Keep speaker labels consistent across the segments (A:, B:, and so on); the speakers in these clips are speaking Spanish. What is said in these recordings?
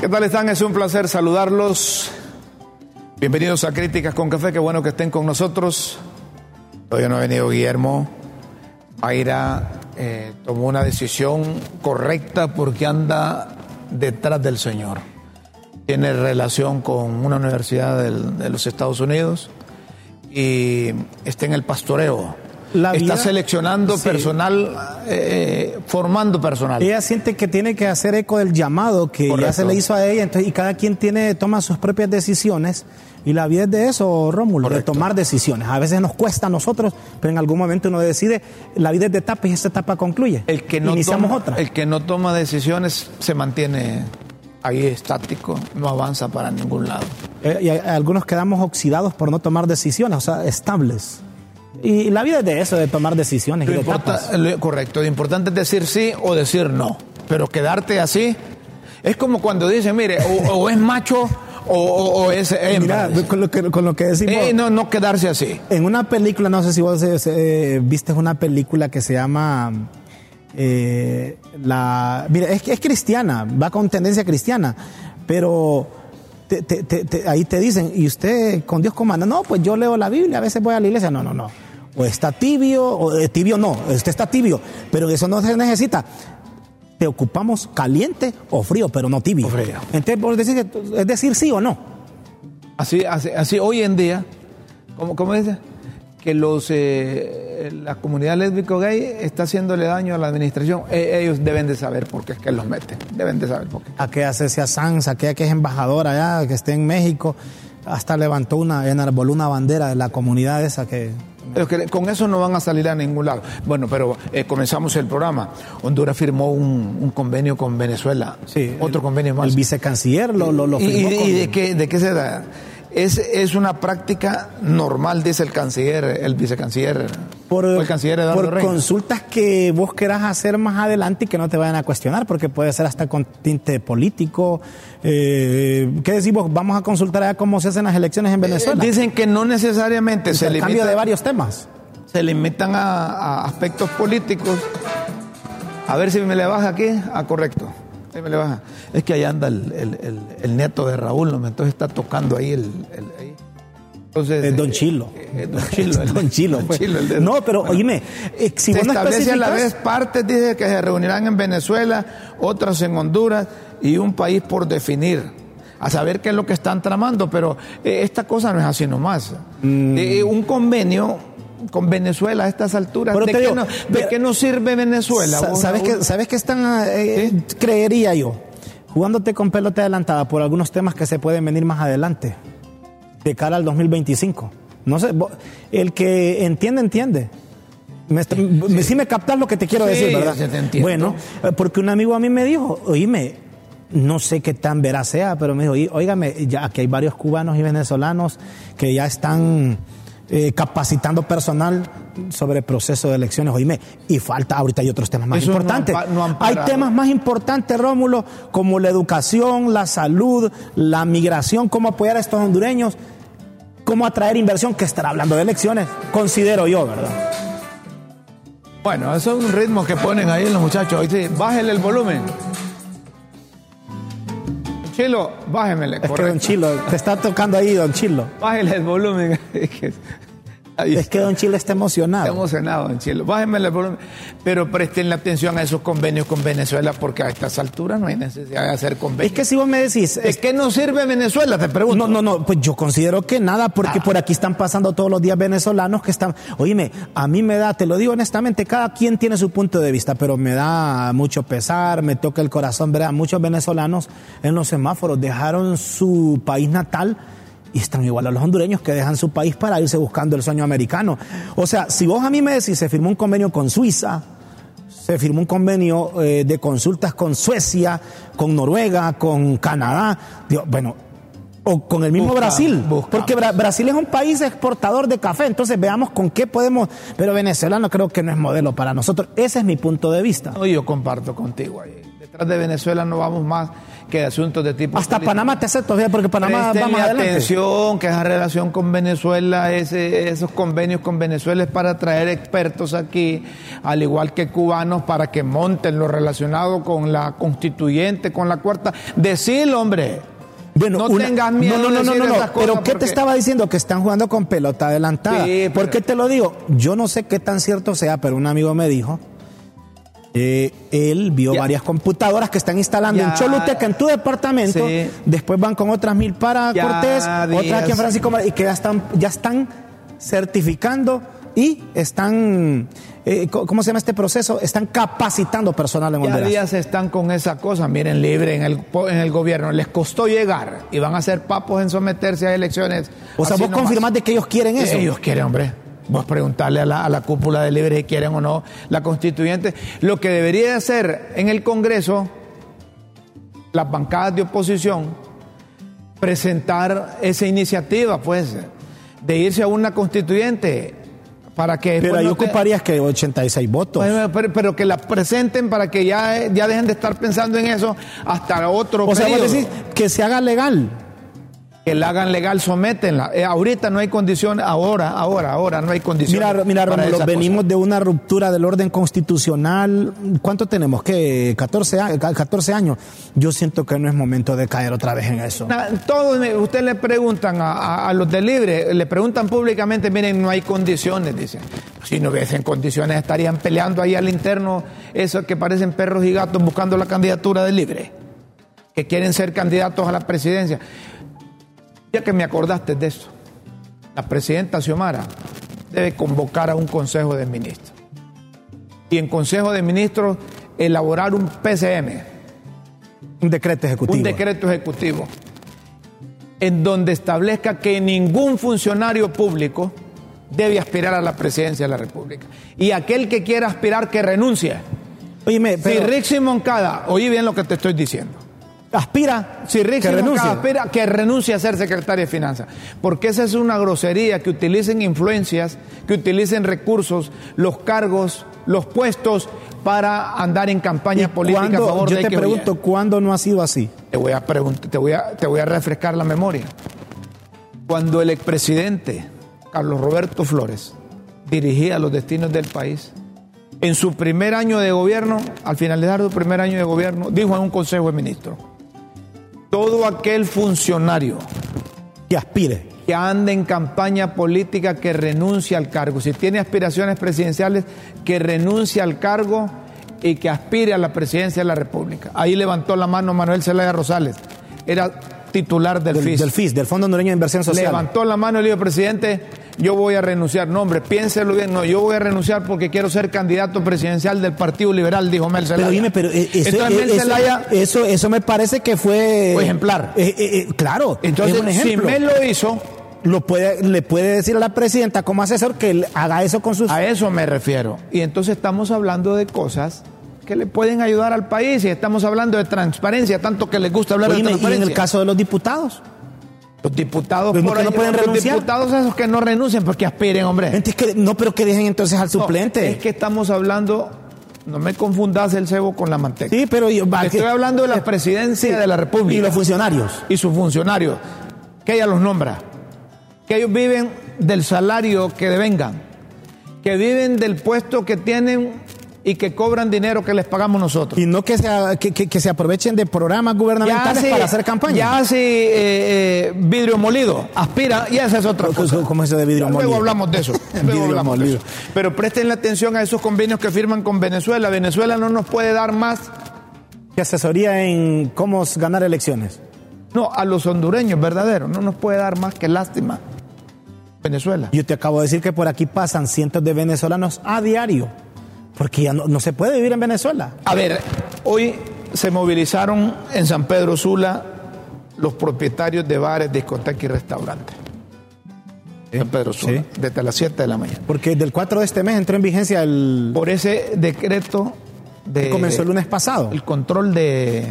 A: ¿Qué tal están? Es un placer saludarlos. Bienvenidos a Críticas con Café, qué bueno que estén con nosotros. Todavía no ha venido Guillermo. Mayra eh, tomó una decisión correcta porque anda detrás del Señor. Tiene relación con una universidad del- de los Estados Unidos y está en el pastoreo.
B: La
A: está
B: vida-
A: seleccionando
B: sí.
A: personal, eh, formando personal.
B: Ella siente que tiene que hacer eco del llamado que
A: Correcto.
B: ya se le hizo a ella, entonces, y cada quien tiene, toma sus propias decisiones. Y la vida es de eso, Rómulo,
A: Correcto.
B: de tomar decisiones. A veces nos cuesta a nosotros, pero en algún momento uno decide, la vida es de etapas y esta etapa concluye.
A: El que no
B: Iniciamos
A: toma,
B: otra.
A: El que no toma decisiones se mantiene ahí estático, no avanza para ningún lado.
B: Eh, y a- algunos quedamos oxidados por no tomar decisiones, o sea, estables. Y la vida es de eso, de tomar decisiones.
A: Lo
B: y de
A: importa-
B: etapas.
A: lo- correcto, lo importante es decir sí o decir no, pero quedarte así es como cuando dicen, mire, o, o es macho o, o- o es hembra.
B: Mira, pues,
A: dicen.
B: con lo que, con lo que decimos.
A: Eh, no, no quedarse así.
B: En una película, no sé si vos eh, eh, viste una película que se llama eh, la. Mira, es, es cristiana, va con tendencia cristiana, pero te- te- te- te- ahí te dicen, ¿y usted con Dios comanda? No, pues yo leo la Biblia, a veces voy a la iglesia. No, no, no. O está tibio, o eh, tibio no, usted está tibio, pero eso no se necesita. Te ocupamos caliente o frío, pero no tibio.
A: O frío.
B: Entonces, vos decís que- es decir sí o no.
A: Así, así, así hoy en día, ¿cómo, cómo dice? Que los, eh, la comunidad lésbico-gay está haciéndole daño a la administración. Eh, ellos deben de saber por qué es que los meten. Deben de saber por qué.
B: aquella Cecia Sanz, aquella que es embajadora allá, que esté en México, hasta levantó una, enarboló una bandera de la comunidad esa que...
A: Pero que con eso no van a salir a ningún lado. Bueno, pero eh, comenzamos el programa. Honduras firmó un, un convenio con Venezuela. Otro
B: el-
A: convenio más.
B: El vicecanciller lo, lo, lo
A: Pues, ¿Y,
B: firmó
A: y-
B: con-
A: y de, qué, de qué se da? Es, es una práctica normal, dice el canciller, el vicecanciller.
B: por,
A: o el canciller Eduardo
B: por
A: Reina.
B: consultas que vos querás hacer más adelante y que no te vayan a cuestionar, porque puede ser hasta con tinte político. Eh, ¿Qué decimos? Vamos a consultar allá cómo se hacen las elecciones en Venezuela.
A: Eh, Dicen que no necesariamente se
B: cambio
A: limita,
B: de varios temas.
A: se limitan a, a aspectos políticos. A ver si me le baja aquí. Ah, correcto. Ahí me le baja. Es que ahí anda el, el- el- el nieto de Raúl, ¿no? entonces está tocando ahí el. el- ahí. Entonces,
B: Eh,
A: eh,
B: don Chilo.
A: eh, don Chilo. el-
B: Don Chilo. pues.
A: el de-
B: no, pero oíme, eh, si
A: se
B: vos no
A: establece a la
B: especificás-
A: vez partes, dice que se reunirán en Venezuela, otras en Honduras y un país por definir. A saber qué es lo que están tramando, pero eh, esta cosa no es así nomás.
B: Mm.
A: Eh, un convenio con Venezuela a estas alturas,
B: Pero
A: ¿de,
B: te
A: qué,
B: digo,
A: no, de
B: mira,
A: qué nos sirve Venezuela?
B: Sa-
A: vos,
B: ¿Sabes
A: Raúl?
B: que, ¿Sabes que están, eh, creería yo, jugándote con pelota adelantada por algunos temas que se pueden venir más adelante, de cara al 2025? No sé, vos- el que entiende, entiende. Me, est- me- sí me captas lo que te quiero
A: Sí,
B: decir, ¿verdad?
A: sí, te entiendo.
B: Bueno, eh, porque un amigo a mí me dijo, oíme, no sé qué tan veraz sea, pero me dijo, "Oí- óigame, ya aquí hay varios cubanos y venezolanos que ya están eh, capacitando personal sobre el proceso de elecciones, oíme, y falta, ahorita hay otros temas más
A: Eso no
B: importantes.
A: han pa- no han
B: hay
A: parado.
B: temas más importantes, Rómulo, como la educación, la salud, la migración, cómo apoyar a estos hondureños, cómo atraer inversión, que estará hablando de elecciones, considero yo, ¿verdad?
A: Bueno, eso es un ritmo que ponen ahí los muchachos. Oíste, Bájele el volumen. Chilo, bájemele.
B: Es que
A: correcto.
B: Don Chilo, te está tocando ahí, Don Chilo.
A: Bájele el volumen. Ahí
B: Es que Don Chilo está emocionado.
A: Está emocionado, don Chilo. Bájenme el volumen. Pero prestenle atención a esos convenios con Venezuela porque a estas alturas no hay necesidad de hacer
B: Es
A: convenios.
B: que si vos me decís,
A: ¿De
B: es-
A: qué nos sirve Venezuela? Te pregunto.
B: no, no, no, pues yo considero que nada, porque por aquí están pasando todos los días venezolanos que están, oíme, a mí me da, te lo digo honestamente, cada quien tiene su punto de vista, pero me da mucho pesar, me toca el corazón ver a muchos venezolanos en los semáforos, dejaron su país natal. Y están igual a los hondureños que dejan su país para irse buscando el sueño americano. O sea, si vos a mí me decís, se firmó un convenio con Suiza, se firmó un convenio eh, de consultas con Suecia, con Noruega, con Canadá, digo, bueno, o con el mismo
A: Buscamos,
B: Brasil,
A: buscamos.
B: porque Bra- Brasil es un país exportador de café, entonces veamos con qué podemos, pero venezolano creo que no es modelo para nosotros, ese es mi punto de vista.
A: No, yo comparto contigo ahí. detrás de Venezuela no vamos más que de asuntos de tipo.
B: Hasta
A: político.
B: Panamá te acepto, fíjate, porque Panamá va
A: Prestenle
B: más adelante.
A: atención que esa relación con Venezuela, ese- esos convenios con Venezuela es para traer expertos aquí, al igual que cubanos, para que monten lo relacionado con la constituyente, con la cuarta. Decirlo, hombre.
B: Bueno,
A: no
B: una-
A: tengas miedo
B: No, no,
A: de
B: no, no,
A: decir
B: no, no,
A: esas cosas
B: Pero ¿qué
A: porque-
B: te estaba diciendo? Que están jugando con pelota adelantada.
A: Sí, pero-
B: ¿Por qué te lo digo? Yo no sé qué tan cierto sea, pero un amigo me dijo. eh, él vio
A: Ya.
B: varias computadoras que están instalando
A: Ya.
B: en Choluteca, en tu departamento.
A: Sí.
B: Después van con otras mil para
A: Ya,
B: Cortés, otras
A: días.
B: aquí en Francisco Mar- y que ya están, ya están certificando y están, eh, co- ¿cómo se llama este proceso? Están capacitando personal en
A: Ya
B: Honduras.
A: días están con esa cosa, miren, libre en el, po- en el gobierno. Les costó llegar y van a ser papos en someterse a elecciones.
B: O sea,
A: Así nomás. Eh,
B: vos confirmás de que ellos quieren eso.
A: Ellos quieren, hombre. Vos preguntarle a la, a la cúpula de libres si quieren o no la constituyente. Lo que debería hacer en el Congreso, las bancadas de oposición, presentar esa iniciativa, pues, de irse a una constituyente para que...
B: Pero
A: después
B: ahí
A: no te-
B: ocuparías que 86 votos.
A: Bueno, pero, pero que la presenten para que ya, ya dejen de estar pensando en eso hasta otro
B: o sea, vos
A: periodo.
B: decís que se haga legal.
A: que la hagan legal, sométenla. Eh, ahorita no hay condición, ahora, ahora, ahora no hay condición.
B: Mira, mira Rómulo, venimos de una ruptura del orden constitucional. ¿Cuánto tenemos? ¿Qué? 14, a- ca- 14 años. Yo siento que no es momento de caer otra vez en eso.
A: Todos, me- ustedes le preguntan a, a- a los de libre, le preguntan públicamente, miren, no hay condiciones, dicen. Si no hubiesen condiciones, estarían peleando ahí al interno esos que parecen perros y gatos buscando la candidatura de libre, que quieren ser candidatos a la presidencia. Ya que me acordaste de eso, la presidenta Xiomara debe convocar a un consejo de ministros y en consejo de ministros elaborar un PCM
B: Un decreto ejecutivo.
A: un decreto ejecutivo en donde establezca que ningún funcionario público debe aspirar a la presidencia de la República. Y aquel que quiera aspirar, que renuncie.
B: Oíme,
A: Si
B: pero
A: Rixi Moncada, oye bien lo que te estoy diciendo.
B: aspira.
A: Si Rixi
B: que renuncie.
A: Moncada aspira, que renuncie a ser secretario de Finanzas. Porque esa es una grosería, que utilicen influencias, que utilicen recursos, los cargos, los puestos, para andar en campaña política a
B: ¿Cuándo?
A: favor
B: yo
A: de
B: te
A: X o Y.
B: pregunto, ¿cuándo no ha sido así?
A: Te voy a pregunt- te voy a, te voy a refrescar la memoria. Cuando el expresidente Carlos Roberto Flores dirigía los destinos del país, en su primer año de gobierno, al finalizar su primer año de gobierno, dijo en un consejo de ministros, todo aquel funcionario
B: Que aspire.
A: que ande en campaña política que renuncie al cargo, si tiene aspiraciones presidenciales, que renuncie al cargo y que aspire a la presidencia de la República. Ahí levantó la mano Manuel Zelaya Rosales, era titular del,
B: Del,
A: FIS.
B: del FIS, del Fondo Hondureño de Inversión Social.
A: Levantó la mano y le dijo, presidente, yo voy a renunciar. No, hombre, piénselo bien. No, yo voy a renunciar porque quiero ser candidato presidencial del Partido Liberal, dijo Mel Zelaya.
B: Pero dime, pero eh, eso,
A: Entonces,
B: eh,
A: Mel
B: eso,
A: Zelaya-
B: eso, eso me parece que fue...
A: Fue ejemplar.
B: Eh, eh, eh, claro, es un
A: Entonces, si
B: ejemplo.
A: Mel lo hizo,
B: lo puede, le puede decir a la presidenta como asesor que él haga eso con sus...
A: A eso me refiero. Y entonces estamos hablando de cosas que le pueden ayudar al país y estamos hablando de transparencia, tanto que les gusta hablar
B: Oíme,
A: de
B: y en
A: transparencia.
B: el caso de los diputados.
A: los diputados
B: Pero no que no
A: ahí-
B: pueden
A: los
B: renunciar.
A: diputados esos que no renuncian porque aspiren, hombre.
B: Entonces, que, no, pero que dejen entonces al
A: No,
B: suplente.
A: es que estamos hablando, no me confundas el cebo con la manteca.
B: sí, pero yo... va,
A: Te
B: que-
A: Estoy hablando de la presidencia de la República.
B: Y los funcionarios.
A: y sus funcionarios, que ella los nombra, que ellos viven del salario que devengan, que viven del puesto que tienen y que cobran dinero que les pagamos nosotros.
B: Y no que, sea, que, que- que se aprovechen de programas gubernamentales
A: si-
B: para hacer campaña.
A: Ya hace eh, eh, vidrio molido, aspira, y esa es otra
B: ¿Cómo-
A: cosa.
B: cómo es eso de vidrio molido?
A: Luego hablamos de eso. luego
B: Vidrio
A: hablamos de
B: molido.
A: eso. Pero presten la atención a esos convenios que firman con Venezuela. Venezuela no nos puede dar más
B: Que asesoría en cómo ganar elecciones.
A: No, a los hondureños verdaderos no nos puede dar más que lástima. Venezuela.
B: Yo te acabo de decir que por aquí pasan cientos de venezolanos a diario. Porque ya no, no se puede vivir en Venezuela.
A: A ver, hoy se movilizaron en San Pedro Sula los propietarios de bares, discotecas y restaurantes. En San Pedro Sula,
B: sí.
A: desde las 7 de la mañana.
B: Porque del 4 de este mes entró en vigencia el...
A: Por ese decreto de...
B: comenzó el lunes pasado.
A: El control de... eh,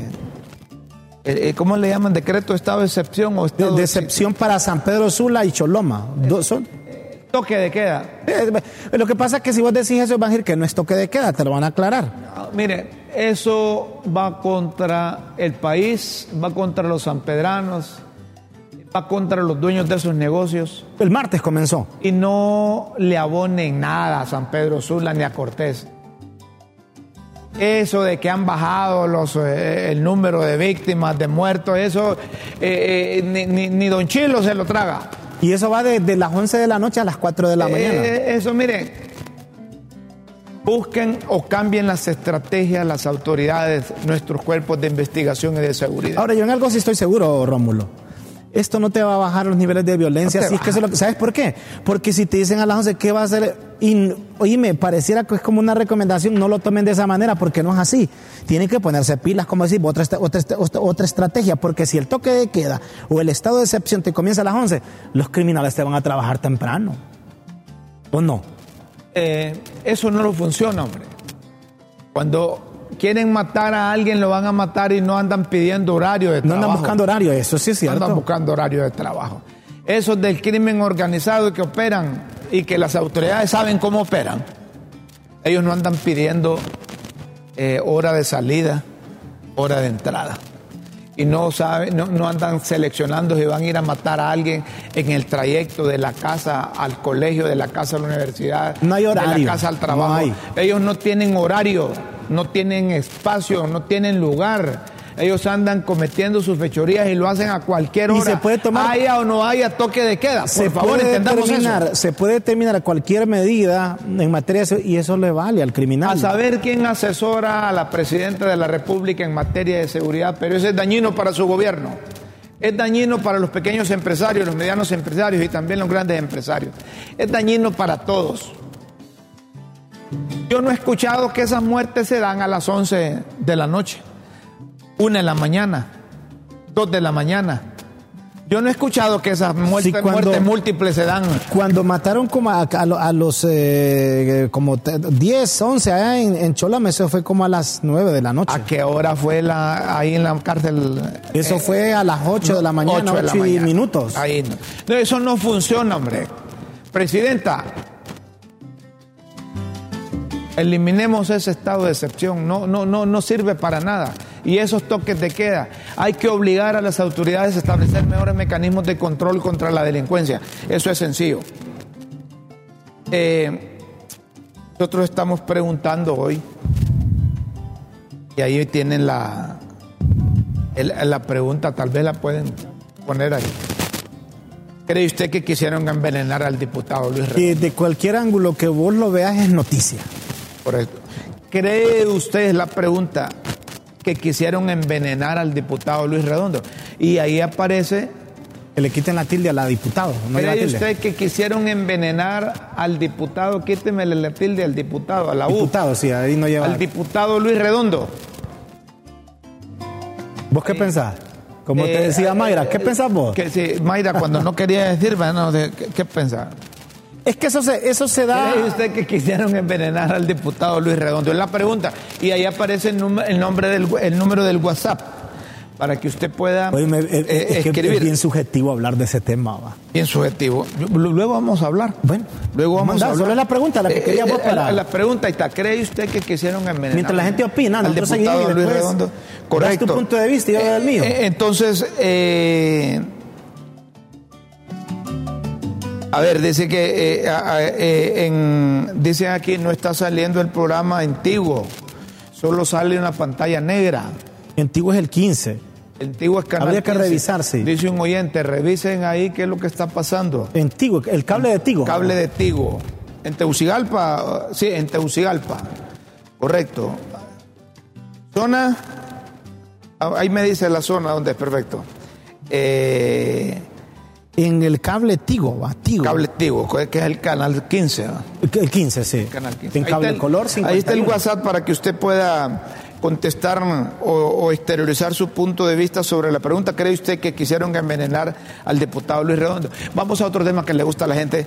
A: eh, ¿Cómo le llaman? ¿Decreto de estado de excepción o
B: De,
A: estado
B: de excepción para San Pedro Sula y Choloma. Dos son-
A: Toque de queda.
B: Eh, Lo que pasa es que si vos decís eso, van a decir que no es toque de queda, te lo van a aclarar.
A: Ah, Mire, Eso va contra el país, va contra los sanpedranos, va contra los dueños de esos negocios
B: El martes comenzó.
A: y no le abonen nada a San Pedro Sula ni a Cortés. Eso de que han bajado los, eh, el número de víctimas, de muertos, eso eh, eh, ni, ni- ni Don Chilo se lo traga.
B: Y eso va desde las 11 de la noche a las 4 de la mañana.
A: Eh, eso, miren, busquen o cambien las estrategias, las autoridades, nuestros cuerpos de investigación y de seguridad.
B: Ahora, yo en algo sí estoy seguro, Rómulo. Esto no te va a bajar los niveles de violencia.
A: No te
B: si es que eso es lo que- ¿Sabes por qué? Porque si te dicen a las 11 qué va a hacer, y, oíme, pareciera que es como una recomendación, no lo tomen de esa manera porque no es así. Tienen que ponerse pilas, como decir, otra, est- otra, est- otra, otra estrategia, porque si el toque de queda o el estado de excepción te comienza a las 11, los criminales te van a trabajar temprano. ¿O no?
A: Eh, eso no lo funciona, hombre. Cuando quieren matar a alguien, lo van a matar y no andan pidiendo horario de
B: No
A: trabajo.
B: andan buscando horario, eso sí es
A: No andan
B: cierto.
A: buscando horario de trabajo. Esos del crimen organizado que operan y que las autoridades saben cómo operan. Ellos no andan pidiendo eh, hora de salida, hora de entrada. Y no, saben, no, no andan seleccionando si van a ir a matar a alguien en el trayecto de la casa al colegio, de la casa a la universidad,
B: No hay
A: de
B: horario,
A: la casa al
B: no
A: trabajo.
B: hay.
A: Ellos no tienen horario, no tienen espacio, no tienen lugar. Ellos andan cometiendo sus fechorías y lo hacen a cualquier
B: Y
A: hora.
B: se puede tomar-
A: Haya o no haya toque de queda. Por
B: se
A: favor,
B: puede
A: entendamos
B: determinar,
A: eso.
B: se puede determinar cualquier medida en materia de y eso le vale al
A: A
B: criminal.
A: saber quién asesora a la presidenta de la República en materia de seguridad, pero eso es dañino para su gobierno. Es dañino para los pequeños empresarios, los medianos empresarios y también los grandes empresarios. Es dañino para todos. Yo no he escuchado que esas muertes se dan a las 11 de la noche, una de la mañana, dos de la mañana. Yo no he escuchado que esas muertes,
B: cuando-
A: muertes múltiples se dan.
B: Cuando mataron como a, a lo- a los eh, como te- 10, 11 allá en, en Cholama, eso fue como a las 9 de la noche.
A: ¿A qué hora fue la, ahí en la cárcel?
B: Eso
A: Eh,
B: fue a las 8 de la mañana,
A: Ocho
B: 8,
A: de la
B: y
A: mañana.
B: minutos.
A: Ahí no. No, eso no funciona, hombre. Presidenta, eliminemos ese estado de excepción. No, no, no, no sirve para nada. Y esos toques de queda. Hay que obligar a las autoridades a establecer mejores mecanismos de control contra la delincuencia. Eso es sencillo. Eh, nosotros estamos preguntando hoy, y ahí tienen la, el- la pregunta, tal vez la pueden poner ahí. ¿Cree usted que quisieron envenenar al diputado Luis Reyes?
B: Y de cualquier ángulo que vos lo veas es noticia.
A: Correcto. ¿Cree usted la pregunta que quisieron envenenar al diputado Luis Redondo? Y ahí aparece,
B: Que le quiten la tilde a la diputado. No la
A: ¿cree
B: tilde.
A: usted que quisieron envenenar al diputado? Quíteme la tilde al diputado, a la U.
B: Diputado, sí, ahí no lleva.
A: uh, Al diputado Luis Redondo.
B: ¿Vos qué pensás? Como
A: Eh,
B: te decía Mayra, ¿qué
A: eh,
B: pensás vos?
A: Que sí, Mayra, cuando no quería decir, bueno, de- ¿qué, qué pensaba?
B: Es que eso se, eso se da.
A: ¿Cree usted que quisieron envenenar al diputado Luis Redondo? Es la pregunta. Y ahí aparece el, num- el nombre del, el número del WhatsApp para que usted pueda
B: Oye, me- es-
A: eh,
B: es, que
A: escribir.
B: es bien subjetivo hablar de ese tema. va.
A: Bien subjetivo. Luego vamos a hablar.
B: Bueno,
A: luego vamos
B: mandá,
A: a hablar. Eh,
B: solo es la pregunta, la que quería vos para-
A: La, la pregunta ahí está. ¿Cree usted que quisieron envenenar?
B: Mientras la gente opina,
A: al
B: nosotros seguimos
A: diputado
B: y
A: Luis
B: después
A: Redondo.
B: pues. das tu
A: Correcto.
B: punto de vista y yo doy el mío.
A: eh, entonces, eh, a ver, dice que eh, a- a- eh, en, dicen aquí no está saliendo el programa antiguo, solo sale una pantalla negra.
B: Antiguo es el 15.
A: Antiguo es canal
B: Habría que
A: 15.
B: revisar, sí.
A: Dice un oyente, revisen ahí qué es lo que está pasando.
B: Antiguo, el cable de Tigo.
A: Cable de Tigo. En Teucigalpa, sí, en Teucigalpa. Correcto. Zona. ah, Ahí me dice la zona donde es perfecto. Eh,
B: En el cable Tigo, va, Tigo.
A: cable Tigo, que es el canal 15. ¿no?
B: El 15, sí.
A: Canal 15.
B: En
A: Ahí
B: cable
A: está el-
B: color,
A: Ahí está el
B: 51.
A: WhatsApp para que usted pueda contestar o, o exteriorizar su punto de vista sobre la pregunta. ¿Cree usted que quisieron envenenar al diputado Luis Redondo? Vamos a otro tema que le gusta a la gente.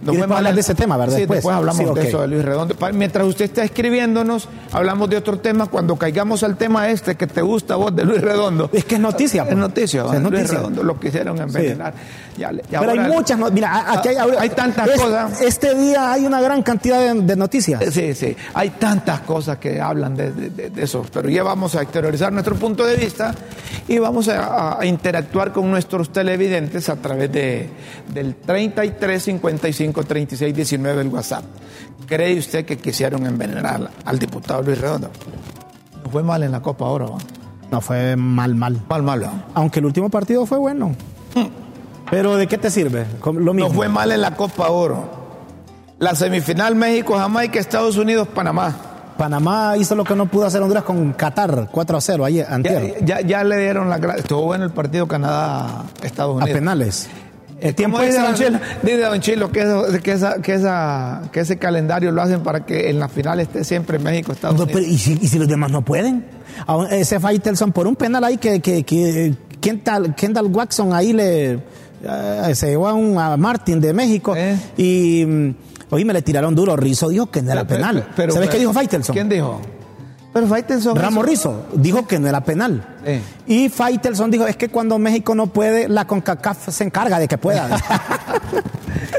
B: Y después hablar de ese tema, ¿verdad?
A: Sí,
B: Después.
A: después hablamos
B: Sí, ok.
A: de eso de Luis Redondo. Pa- Mientras usted está escribiéndonos, hablamos de otro tema. Cuando caigamos al tema este que te gusta a vos de Luis Redondo.
B: Es que es noticia.
A: Es
B: pues.
A: noticia,
B: O sea, es
A: Luis
B: noticia.
A: Redondo lo quisieron envenenar. Ya le- ya
B: Pero hay
A: ahora- Ah,
B: muchas no- Mira, a- aquí hay, ahora-
A: Hay tantas
B: es-
A: cosas.
B: Este día hay una gran cantidad de, de noticias.
A: Sí, sí. Hay tantas cosas que hablan de, de- de- de eso, pero ya vamos a exteriorizar nuestro punto de vista y vamos a, a interactuar con nuestros televidentes a través de, del 33 55 36 19 el WhatsApp. ¿Cree usted que quisieron envenenar al diputado Luis Redondo? No fue mal en la Copa Oro, ¿va?
B: No fue mal, mal.
A: mal, mal. ¿va?
B: Aunque el último partido fue bueno.
A: Mm.
B: Pero ¿de qué te sirve? Com- Lo mismo.
A: No fue mal en la Copa Oro. La semifinal México-Jamaica, Estados Unidos-Panamá.
B: Panamá hizo lo que no pudo hacer Honduras con Qatar 4 a 0 ayer,
A: Ya, eh,
B: antier,
A: ya, ya le dieron la gracia. Estuvo bueno el partido Canadá-Estados
B: a
A: Unidos.
B: penales. El tiempo
A: Eh, ¿Cómo dice
B: extra-
A: Don Chilo? Dice Don Chilo que, eso- que esa- que esa- que ese calendario lo hacen para que en la final esté siempre México-Estados
B: No, pero
A: Unidos.
B: ¿y, si, y si los demás no pueden? Aún Ese Faitelson por un penal ahí que, que, que Kendall, Kendall Watson ahí le eh, se llevó a, un, a Martin de México
A: ¿Eh?
B: y mm, oíme, le tiraron duro. Rizzo dijo que no era
A: Pero-
B: penal.
A: pero- pero-
B: ¿Sabes qué
A: pero-
B: dijo Faitelson?
A: ¿Quién dijo? Pero Faitelson.
B: Ramos Rizzo dijo que no era penal.
A: Eh.
B: Y Faitelson dijo, es que cuando México no puede, la CONCACAF se encarga de que pueda.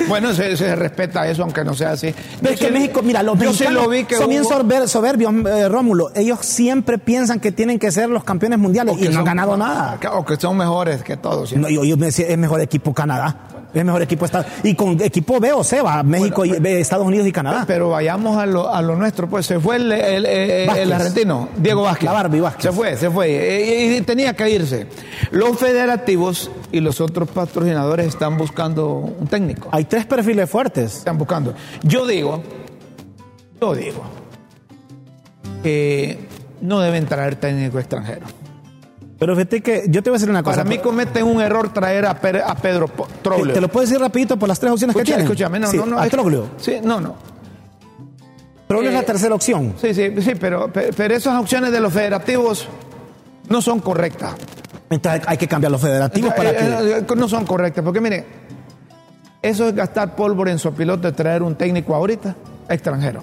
A: Bueno, se, se respeta eso, aunque no sea así.
B: Pero es que
A: sí-
B: México, mira, los
A: yo sí
B: mexicanos
A: lo vi que
B: son bien
A: hubo-
B: sorber- soberbios, eh, Rómulo. Ellos siempre piensan que tienen que ser los campeones mundiales
A: que
B: y no
A: son-
B: han ganado nada.
A: O que son mejores que todos.
B: No, yo, yo me decía, es mejor equipo Canadá. Es mejor equipo Estados Y con equipo B o C va México, y, eh, Estados Unidos y Canadá.
A: Pero vayamos a lo, a lo nuestro, pues se fue el, el- el-
B: Vázquez.
A: el argentino, Diego Vázquez.
B: La Barbie Vázquez.
A: Se fue, se fue. eh, Y, y tenía que irse. Los federativos y los otros patrocinadores están buscando un técnico.
B: Hay tres perfiles fuertes.
A: Están buscando. Yo digo, yo digo, que no deben traer técnico extranjero.
B: Pero fíjate que yo te voy a decir una cosa.
A: Para mí cometen un error traer a, Per- a Pedro Po-
B: Eh, te,
A: Troglio.
B: te lo puedo decir rapidito por las tres opciones
A: Escucha-
B: que tienen.
A: escúchame, no,
B: Sí,
A: no, no.
B: A
A: es-
B: Troglio.
A: Sí, no, no.
B: Troglio es
A: eh,
B: la tercera opción.
A: Sí, sí, sí, pero, pe- pero esas opciones de los federativos no son correctas.
B: Entonces hay que cambiar los federativos para que...
A: Eh, eh, No son correctas, porque mire, eso es gastar pólvora en su piloto de traer un técnico ahorita extranjero.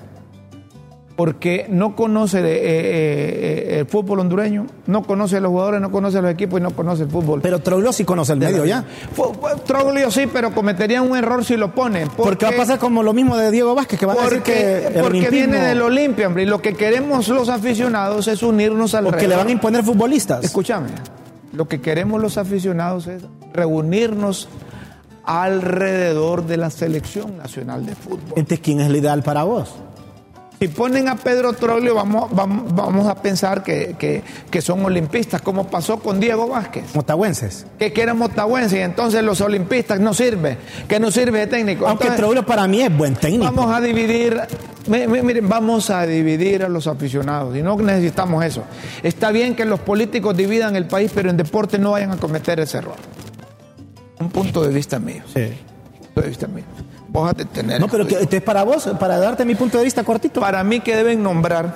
A: Porque no conoce de, eh, eh, el fútbol hondureño, no conoce a los jugadores, no conoce a los equipos y no conoce el fútbol.
B: Pero Troglio sí conoce el medio ya.
A: Fu- fu- Troglio sí, pero cometería un error si lo ponen.
B: Porque va a pasar como lo mismo de Diego Vázquez, que van a decir que
A: porque,
B: el
A: porque
B: olimpismo-
A: viene del Olimpia, hombre. Y lo que queremos los aficionados es unirnos al
B: Porque le van a imponer futbolistas.
A: Escúchame, lo que queremos los aficionados es reunirnos alrededor de la selección nacional de fútbol.
B: Entonces, ¿quién es el ideal para vos?
A: Si ponen a Pedro Troglio, vamos, vamos, vamos a pensar que, que- que son olimpistas, como pasó con Diego Vázquez,
B: Motagüenses.
A: que, que era motahuense y entonces los olimpistas no sirve, que no sirve de técnico.
B: Aunque
A: Entonces,
B: Troglio para mí es buen técnico.
A: Vamos a dividir, mi- mi- miren, vamos a dividir a los aficionados y no necesitamos eso. Está bien que los políticos dividan el país, pero en deporte no vayan a cometer ese error. Un punto de vista mío.
B: Sí.
A: Un punto de vista mío. Vos has de tener.
B: No, pero que, entonces para vos, para darte mi punto de vista cortito,
A: Para mí que deben nombrar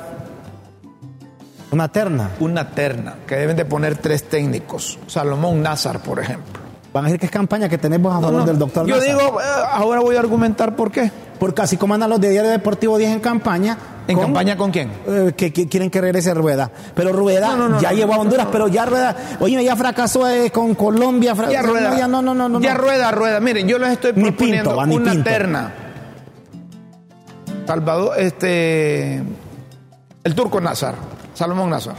B: una terna.
A: una terna, que deben de poner tres técnicos. Salomón Nazar, por ejemplo.
B: Van a decir que es campaña que tenemos a favor
A: No, no,
B: del doctor
A: Yo
B: Nazar.
A: digo, eh, ahora voy a argumentar por qué.
B: Porque así como andan los de Diario Deportivo 10 en campaña.
A: ¿En
B: con-
A: campaña con quién?
B: eh, que, que quieren que regrese Rueda. Pero Rueda
A: No, no, no,
B: ya
A: no,
B: llevó a
A: no,
B: Honduras, pero ya Rueda, oye, ya fracasó eh, con Colombia. fra-
A: Ya
B: no,
A: rueda.
B: ya no, no, no, no.
A: Ya
B: no.
A: rueda, rueda. Miren, yo les estoy
B: Ni
A: proponiendo
B: Pinto, va, ni
A: una
B: Pinto.
A: terna. Salvador, este. El turco Nazar, Salomón Nazar.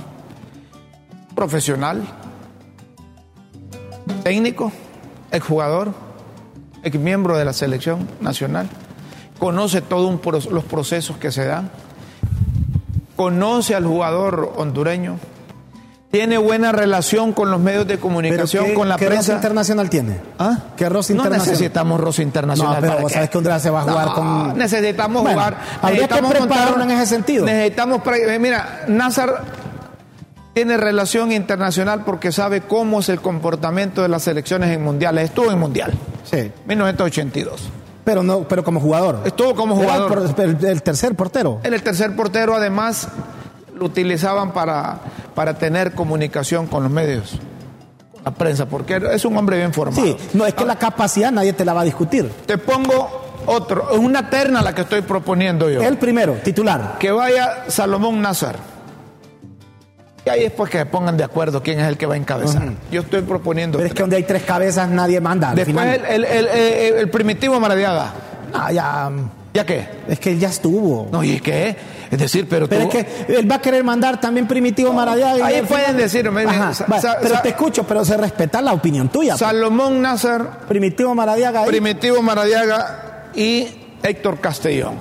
A: Profesional, técnico, exjugador, exmiembro de la selección nacional. Conoce todos los procesos que se dan. Conoce al jugador hondureño. Tiene buena relación con los medios de
B: Pero
A: comunicación,
B: ¿qué-
A: con la
B: ¿qué roce
A: prensa.
B: internacional tiene?
A: ¿Ah?
B: ¿Qué roce
A: no
B: internacional?
A: necesitamos roce internacional.
B: No, pero
A: ¿para
B: vos
A: qué?
B: sabés que Honduras se va a jugar
A: No,
B: con-
A: Necesitamos
B: Bueno,
A: jugar.
B: habría que
A: necesitamos montar-
B: prepararlo en ese sentido.
A: Necesitamos. pre- eh, Mira, Nazar tiene relación internacional porque sabe cómo es el comportamiento de las selecciones en mundiales. Estuvo en mundial,
B: Sí.
A: 1982.
B: Pero no, pero como jugador.
A: Estuvo como
B: Era el
A: jugador.
B: por- El, el tercer portero.
A: En el tercer portero, además, lo utilizaban para, para tener comunicación con los medios, con la prensa, porque es un hombre bien formado.
B: Sí, no es que la capacidad nadie te la va a discutir.
A: Te pongo otro, es una terna la que estoy proponiendo yo.
B: El primero, titular.
A: Que vaya Salomón Nazar. Y ahí después que se pongan de acuerdo quién es el que va a encabezar.
B: Ujú.
A: Yo estoy proponiendo.
B: Pero es que donde hay tres cabezas nadie manda. al
A: Después
B: final.
A: el, el- el- el- el primitivo Maradiaga.
B: Ah, ya,
A: ¿Ya qué?
B: es que él ya estuvo.
A: No, ¿y qué? Es decir, pero,
B: Pero es
A: tú-
B: que él va a querer mandar también Primitivo Maradiaga. y
A: Ahí
B: al final-
A: pueden decir, me- me-
B: Ajá,
A: sa-
B: vale,
A: sa-
B: pero
A: sa-
B: te escucho, pero se respeta la opinión tuya.
A: Salomón Nazar,
B: Primitivo Maradiaga. ahí.
A: primitivo Maradiaga y Héctor Castellón.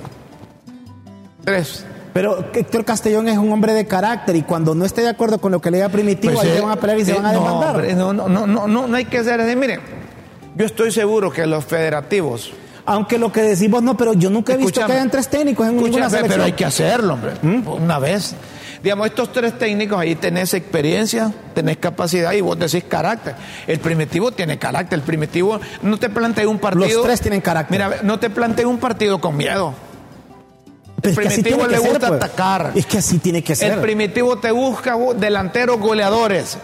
A: Tres.
B: pero Héctor Castellón es un hombre de carácter y cuando no esté de acuerdo con lo que le diga Primitivo,
A: Pues,
B: ahí
A: eh,
B: te van a pelear y se
A: eh,
B: van a
A: no,
B: demandar.
A: hombre, No, no, no, no, no, no hay que ser así. Miren, yo estoy seguro que los federativos.
B: Aunque lo que decimos no, pero yo nunca he visto que
A: Escúchame.
B: hayan tres técnicos en
A: Escucha,
B: ninguna
A: ve,
B: selección. ¿Mm?
A: pero hay que hacerlo, hombre. Una vez. Digamos, estos tres técnicos ahí tenés experiencia, tenés capacidad y vos decís carácter. El primitivo tiene carácter. El primitivo no te plantea un partido.
B: Los tres tienen carácter.
A: Mira, no te plantea un partido con miedo.
B: Pero es que así
A: primitivo
B: tiene que
A: le
B: ser,
A: gusta
B: pues.
A: atacar.
B: Es que así tiene que ser.
A: El primitivo te busca vos, delanteros goleadores.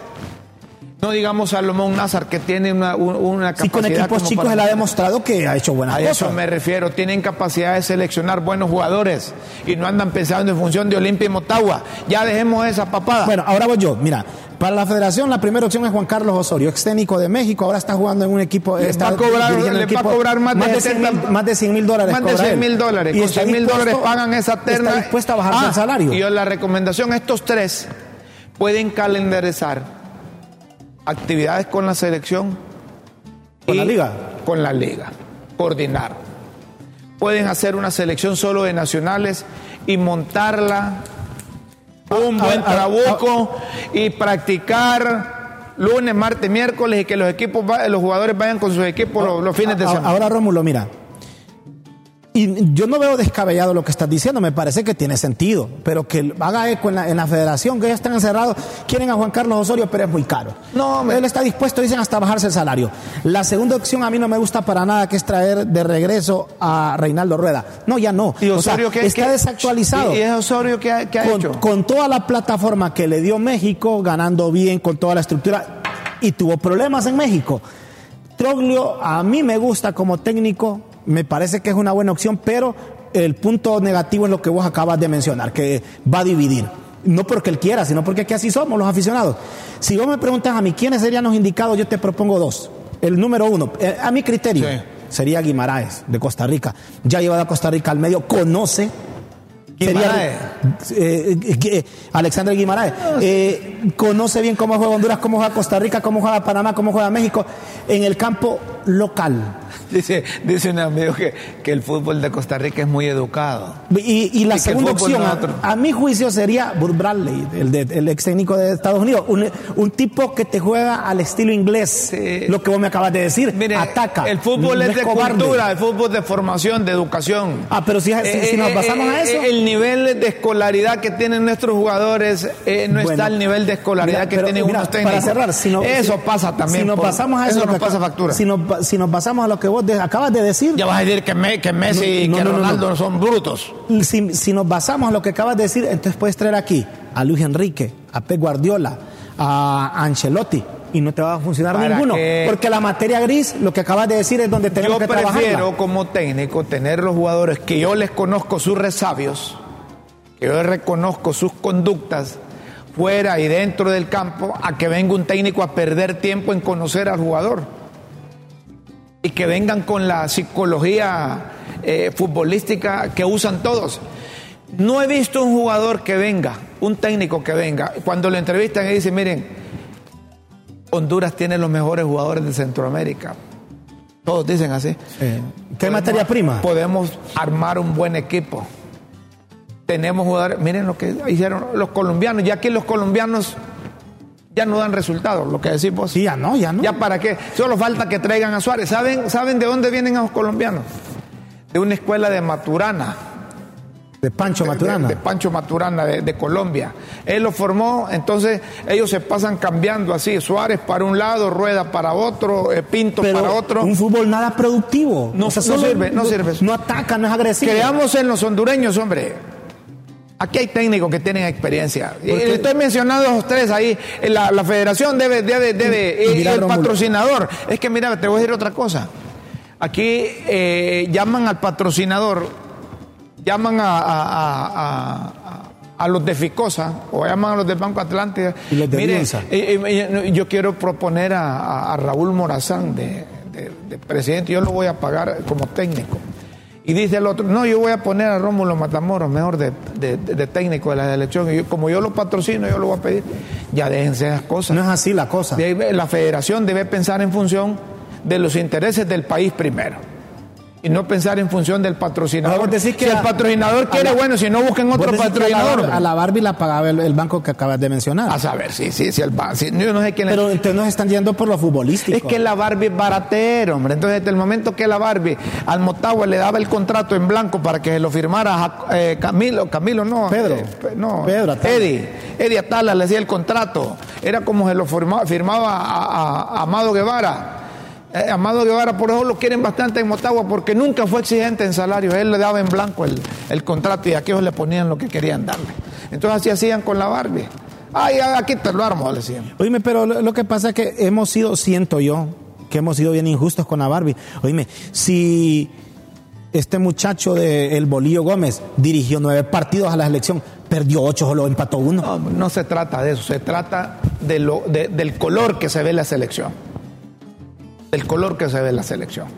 A: No digamos Salomón Nazar, que tiene una, un- una capacidad.
B: Sí, con equipos
A: como
B: chicos
A: para-
B: él ha demostrado que ha hecho buenas
A: A eso
B: cosas.
A: me refiero, tienen capacidad de seleccionar buenos jugadores y no andan pensando en función de Olimpia y Motagua. Ya dejemos esa papada.
B: Bueno, ahora voy yo. Mira, para la federación la primera opción es Juan Carlos Osorio, ex técnico de México, ahora está jugando en un equipo...
A: Les va
B: está
A: a cobrar-
B: dirigiendo un
A: les va a
B: equipo-
A: cobrar más de
B: más de
A: 70
B: 100 mil- más de 100 mil dólares.
A: más de
B: cobra
A: 100
B: él.
A: mil dólares.
B: Y
A: Con
B: está
A: 100 mil
B: dispuesto-
A: dólares pagan esa terna.
B: Está dispuesta a bajar
A: Ah,
B: el salario.
A: Y yo la recomendación, estos tres pueden calendarizar actividades con la selección.
B: Con la
A: y
B: liga.
A: Con la liga. Coordinar. Pueden hacer una selección solo de nacionales y montarla un
B: Ah,
A: buen
B: ah, ah,
A: trabuco y practicar lunes, martes, miércoles y que los equipos, va- los jugadores vayan con sus equipos los, los fines de
B: A-
A: semana.
B: Ahora, Rómulo, mira. Y yo no veo descabellado lo que estás diciendo, me parece que tiene sentido, pero que haga eco en la, en la federación, que ya están encerrados, quieren a Juan Carlos Osorio, pero es muy caro.
A: No, hombre.
B: él está dispuesto, dicen, hasta bajarse el salario. La segunda opción a mí no me gusta para nada, que es traer de regreso a Reinaldo Rueda. No, ya no.
A: ¿Y
B: O sea,
A: Osorio qué-
B: está
A: qué-
B: desactualizado.
A: ¿Y, y es Osorio qué ha, qué ha
B: con,
A: hecho?
B: con toda la plataforma que le dio México, ganando bien con toda la estructura, y tuvo problemas en México. Troglio a mí me gusta como técnico, me parece que es una buena opción, pero el punto negativo es lo que vos acabas de mencionar, que va a dividir. No porque él quiera, sino porque aquí así somos los aficionados. Si vos me preguntas a mí quiénes serían los indicados, yo te propongo dos. El número uno, eh, a mi criterio,
A: Sí.
B: sería Guimaraes, de Costa Rica. Ya ha llevado a Costa Rica al medio, conoce
A: Guimaraes.
B: Sería, eh, eh, eh, Alexander Guimaraes. Eh, conoce bien cómo juega Honduras, cómo juega Costa Rica, cómo juega Panamá, cómo juega México. En el campo local.
A: Dice, dice un amigo que, que el fútbol de Costa Rica es muy educado.
B: Y, y
A: Y que
B: la
A: el
B: segunda
A: fútbol
B: opción,
A: no es
B: a-
A: otro.
B: a, mi juicio, sería Burt Bradley, el, de- el ex técnico de Estados Unidos. Un, un tipo que te juega al estilo inglés.
A: Sí.
B: Lo que vos me acabas de decir.
A: Mire,
B: Ataca.
A: El fútbol
B: no
A: es de
B: cobarde.
A: cultura, el fútbol de formación, de educación.
B: Ah, pero si, si-
A: Eh,
B: si
A: eh,
B: nos
A: eh,
B: basamos a
A: eh,
B: eso.
A: El nivel de escolaridad que tienen nuestros jugadores eh, no
B: Bueno.
A: está al nivel de escolaridad
B: Mira,
A: que
B: pero
A: tienen
B: mira,
A: unos técnicos.
B: Para cerrar, si no-
A: eso
B: si-
A: pasa también.
B: Si nos
A: por-
B: pasamos a eso,
A: eso
B: lo
A: nos
B: que
A: pasa
B: acá-
A: factura.
B: Si nos, pa- si nos pasamos a lo que vos de- acabas de decir,
A: Ya vas a decir que, Me- que Messi
B: No,
A: y que
B: no, no, no.
A: Ronaldo son brutos.
B: si, si nos basamos a lo que acabas de decir, entonces puedes traer aquí a Luis Enrique, a Pep Guardiola, a Ancelotti. Y no te va a funcionar
A: ¿Para
B: ninguno.
A: qué?
B: Porque la materia gris, lo que acabas de decir, es donde tenemos
A: Yo
B: que trabajar.
A: prefiero como técnico tener los jugadores que yo les conozco sus resabios, que yo les reconozco sus conductas fuera y dentro del campo, a que venga un técnico a perder tiempo en conocer al jugador. Y que vengan con la psicología eh, futbolística que usan todos. No he visto un jugador que venga, un técnico que venga, cuando lo entrevistan y dicen, miren, Honduras tiene los mejores jugadores de Centroamérica. Todos dicen así.
B: Eh, ¿Qué materia prima?
A: Podemos armar un buen equipo. Tenemos jugadores. Miren lo que hicieron los colombianos. Ya que los colombianos ya no dan resultados, lo que decimos.
B: Sí, ya no, ya no.
A: ¿Ya para qué? Solo falta que traigan a Suárez. ¿Saben, ¿Saben de dónde vienen los colombianos? De una escuela de Maturana.
B: de Pancho
A: de-
B: Maturana.
A: De, Pancho Maturana, de, de Colombia. Él lo formó, entonces ellos se pasan cambiando así. Suárez para un lado, Rueda para otro, eh, Pinto
B: pero
A: para otro.
B: un fútbol nada productivo.
A: No, no sirve, no sirve.
B: No ataca, no es agresivo.
A: Creamos en los hondureños, hombre. Aquí hay técnicos que tienen experiencia. Y
B: Porque-
A: Estoy mencionando a los tres ahí. Eh, La, la federación debe, debe, debe.
B: Y- y
A: y
B: mira,
A: el
B: Rómulo.
A: patrocinador. Es que mira, te voy a decir otra cosa. Aquí eh, llaman al patrocinador, llaman a, a- a- a- a los de Ficosa o llaman a los del Banco Atlántico.
B: Y los de
A: Mire,
B: Alianza.
A: eh, eh, yo quiero proponer a, a- a Raúl Morazán de, de- de presidente, yo lo voy a pagar como técnico. Y dice el otro, no, yo voy a poner a Rómulo Matamoros, mejor de, de- de- de técnico de la elección. Y yo- como yo lo patrocino, yo lo voy a pedir. Ya déjense esas cosas.
B: No es así la cosa.
A: De ahí, La federación debe pensar en función de los intereses del país primero. Y no pensar en función del patrocinador.
B: Ah, vos decís que
A: si el
B: a-
A: patrocinador
B: a
A: quiere,
B: la-
A: bueno, si no busquen
B: Vos
A: otro
B: decís que
A: patrocinador.
B: A la, Bar- a la Barbie la pagaba el, el banco que acabas de mencionar.
A: A saber, sí, sí, sí, el ba- sí, yo no sé quién es.
B: Pero entonces nos están yendo por lo futbolístico.
A: Es que la Barbie es baratero, hombre. Entonces, desde el momento que la Barbie al Motagua le daba el contrato en blanco para que lo firmara Jac- eh, Camilo, Camilo no.
B: Pedro.
A: eh, pe- no.
B: Pedro Atala.
A: Eddie. Eddie Atala le hacía el contrato. Era como se lo firma- firmaba a, a- a Amado Guevara. Eh, Amado Guevara, por eso lo quieren bastante en Motagua porque nunca fue exigente en salario. Él le daba en blanco el, el contrato y aquellos le ponían lo que querían darle. Entonces, así hacían con la Barbie. Ay, ay, aquí te lo armo, le decían.
B: Oíme, pero lo, lo que pasa es que hemos sido, siento yo, que hemos sido bien injustos con la Barbie. Oíme, si este muchacho de El Bolillo Gómez dirigió nueve partidos a la selección, perdió ocho, solo empató uno.
A: No, no se trata de eso, se trata de lo, de- del color que se ve la selección. Del color que se ve la selección.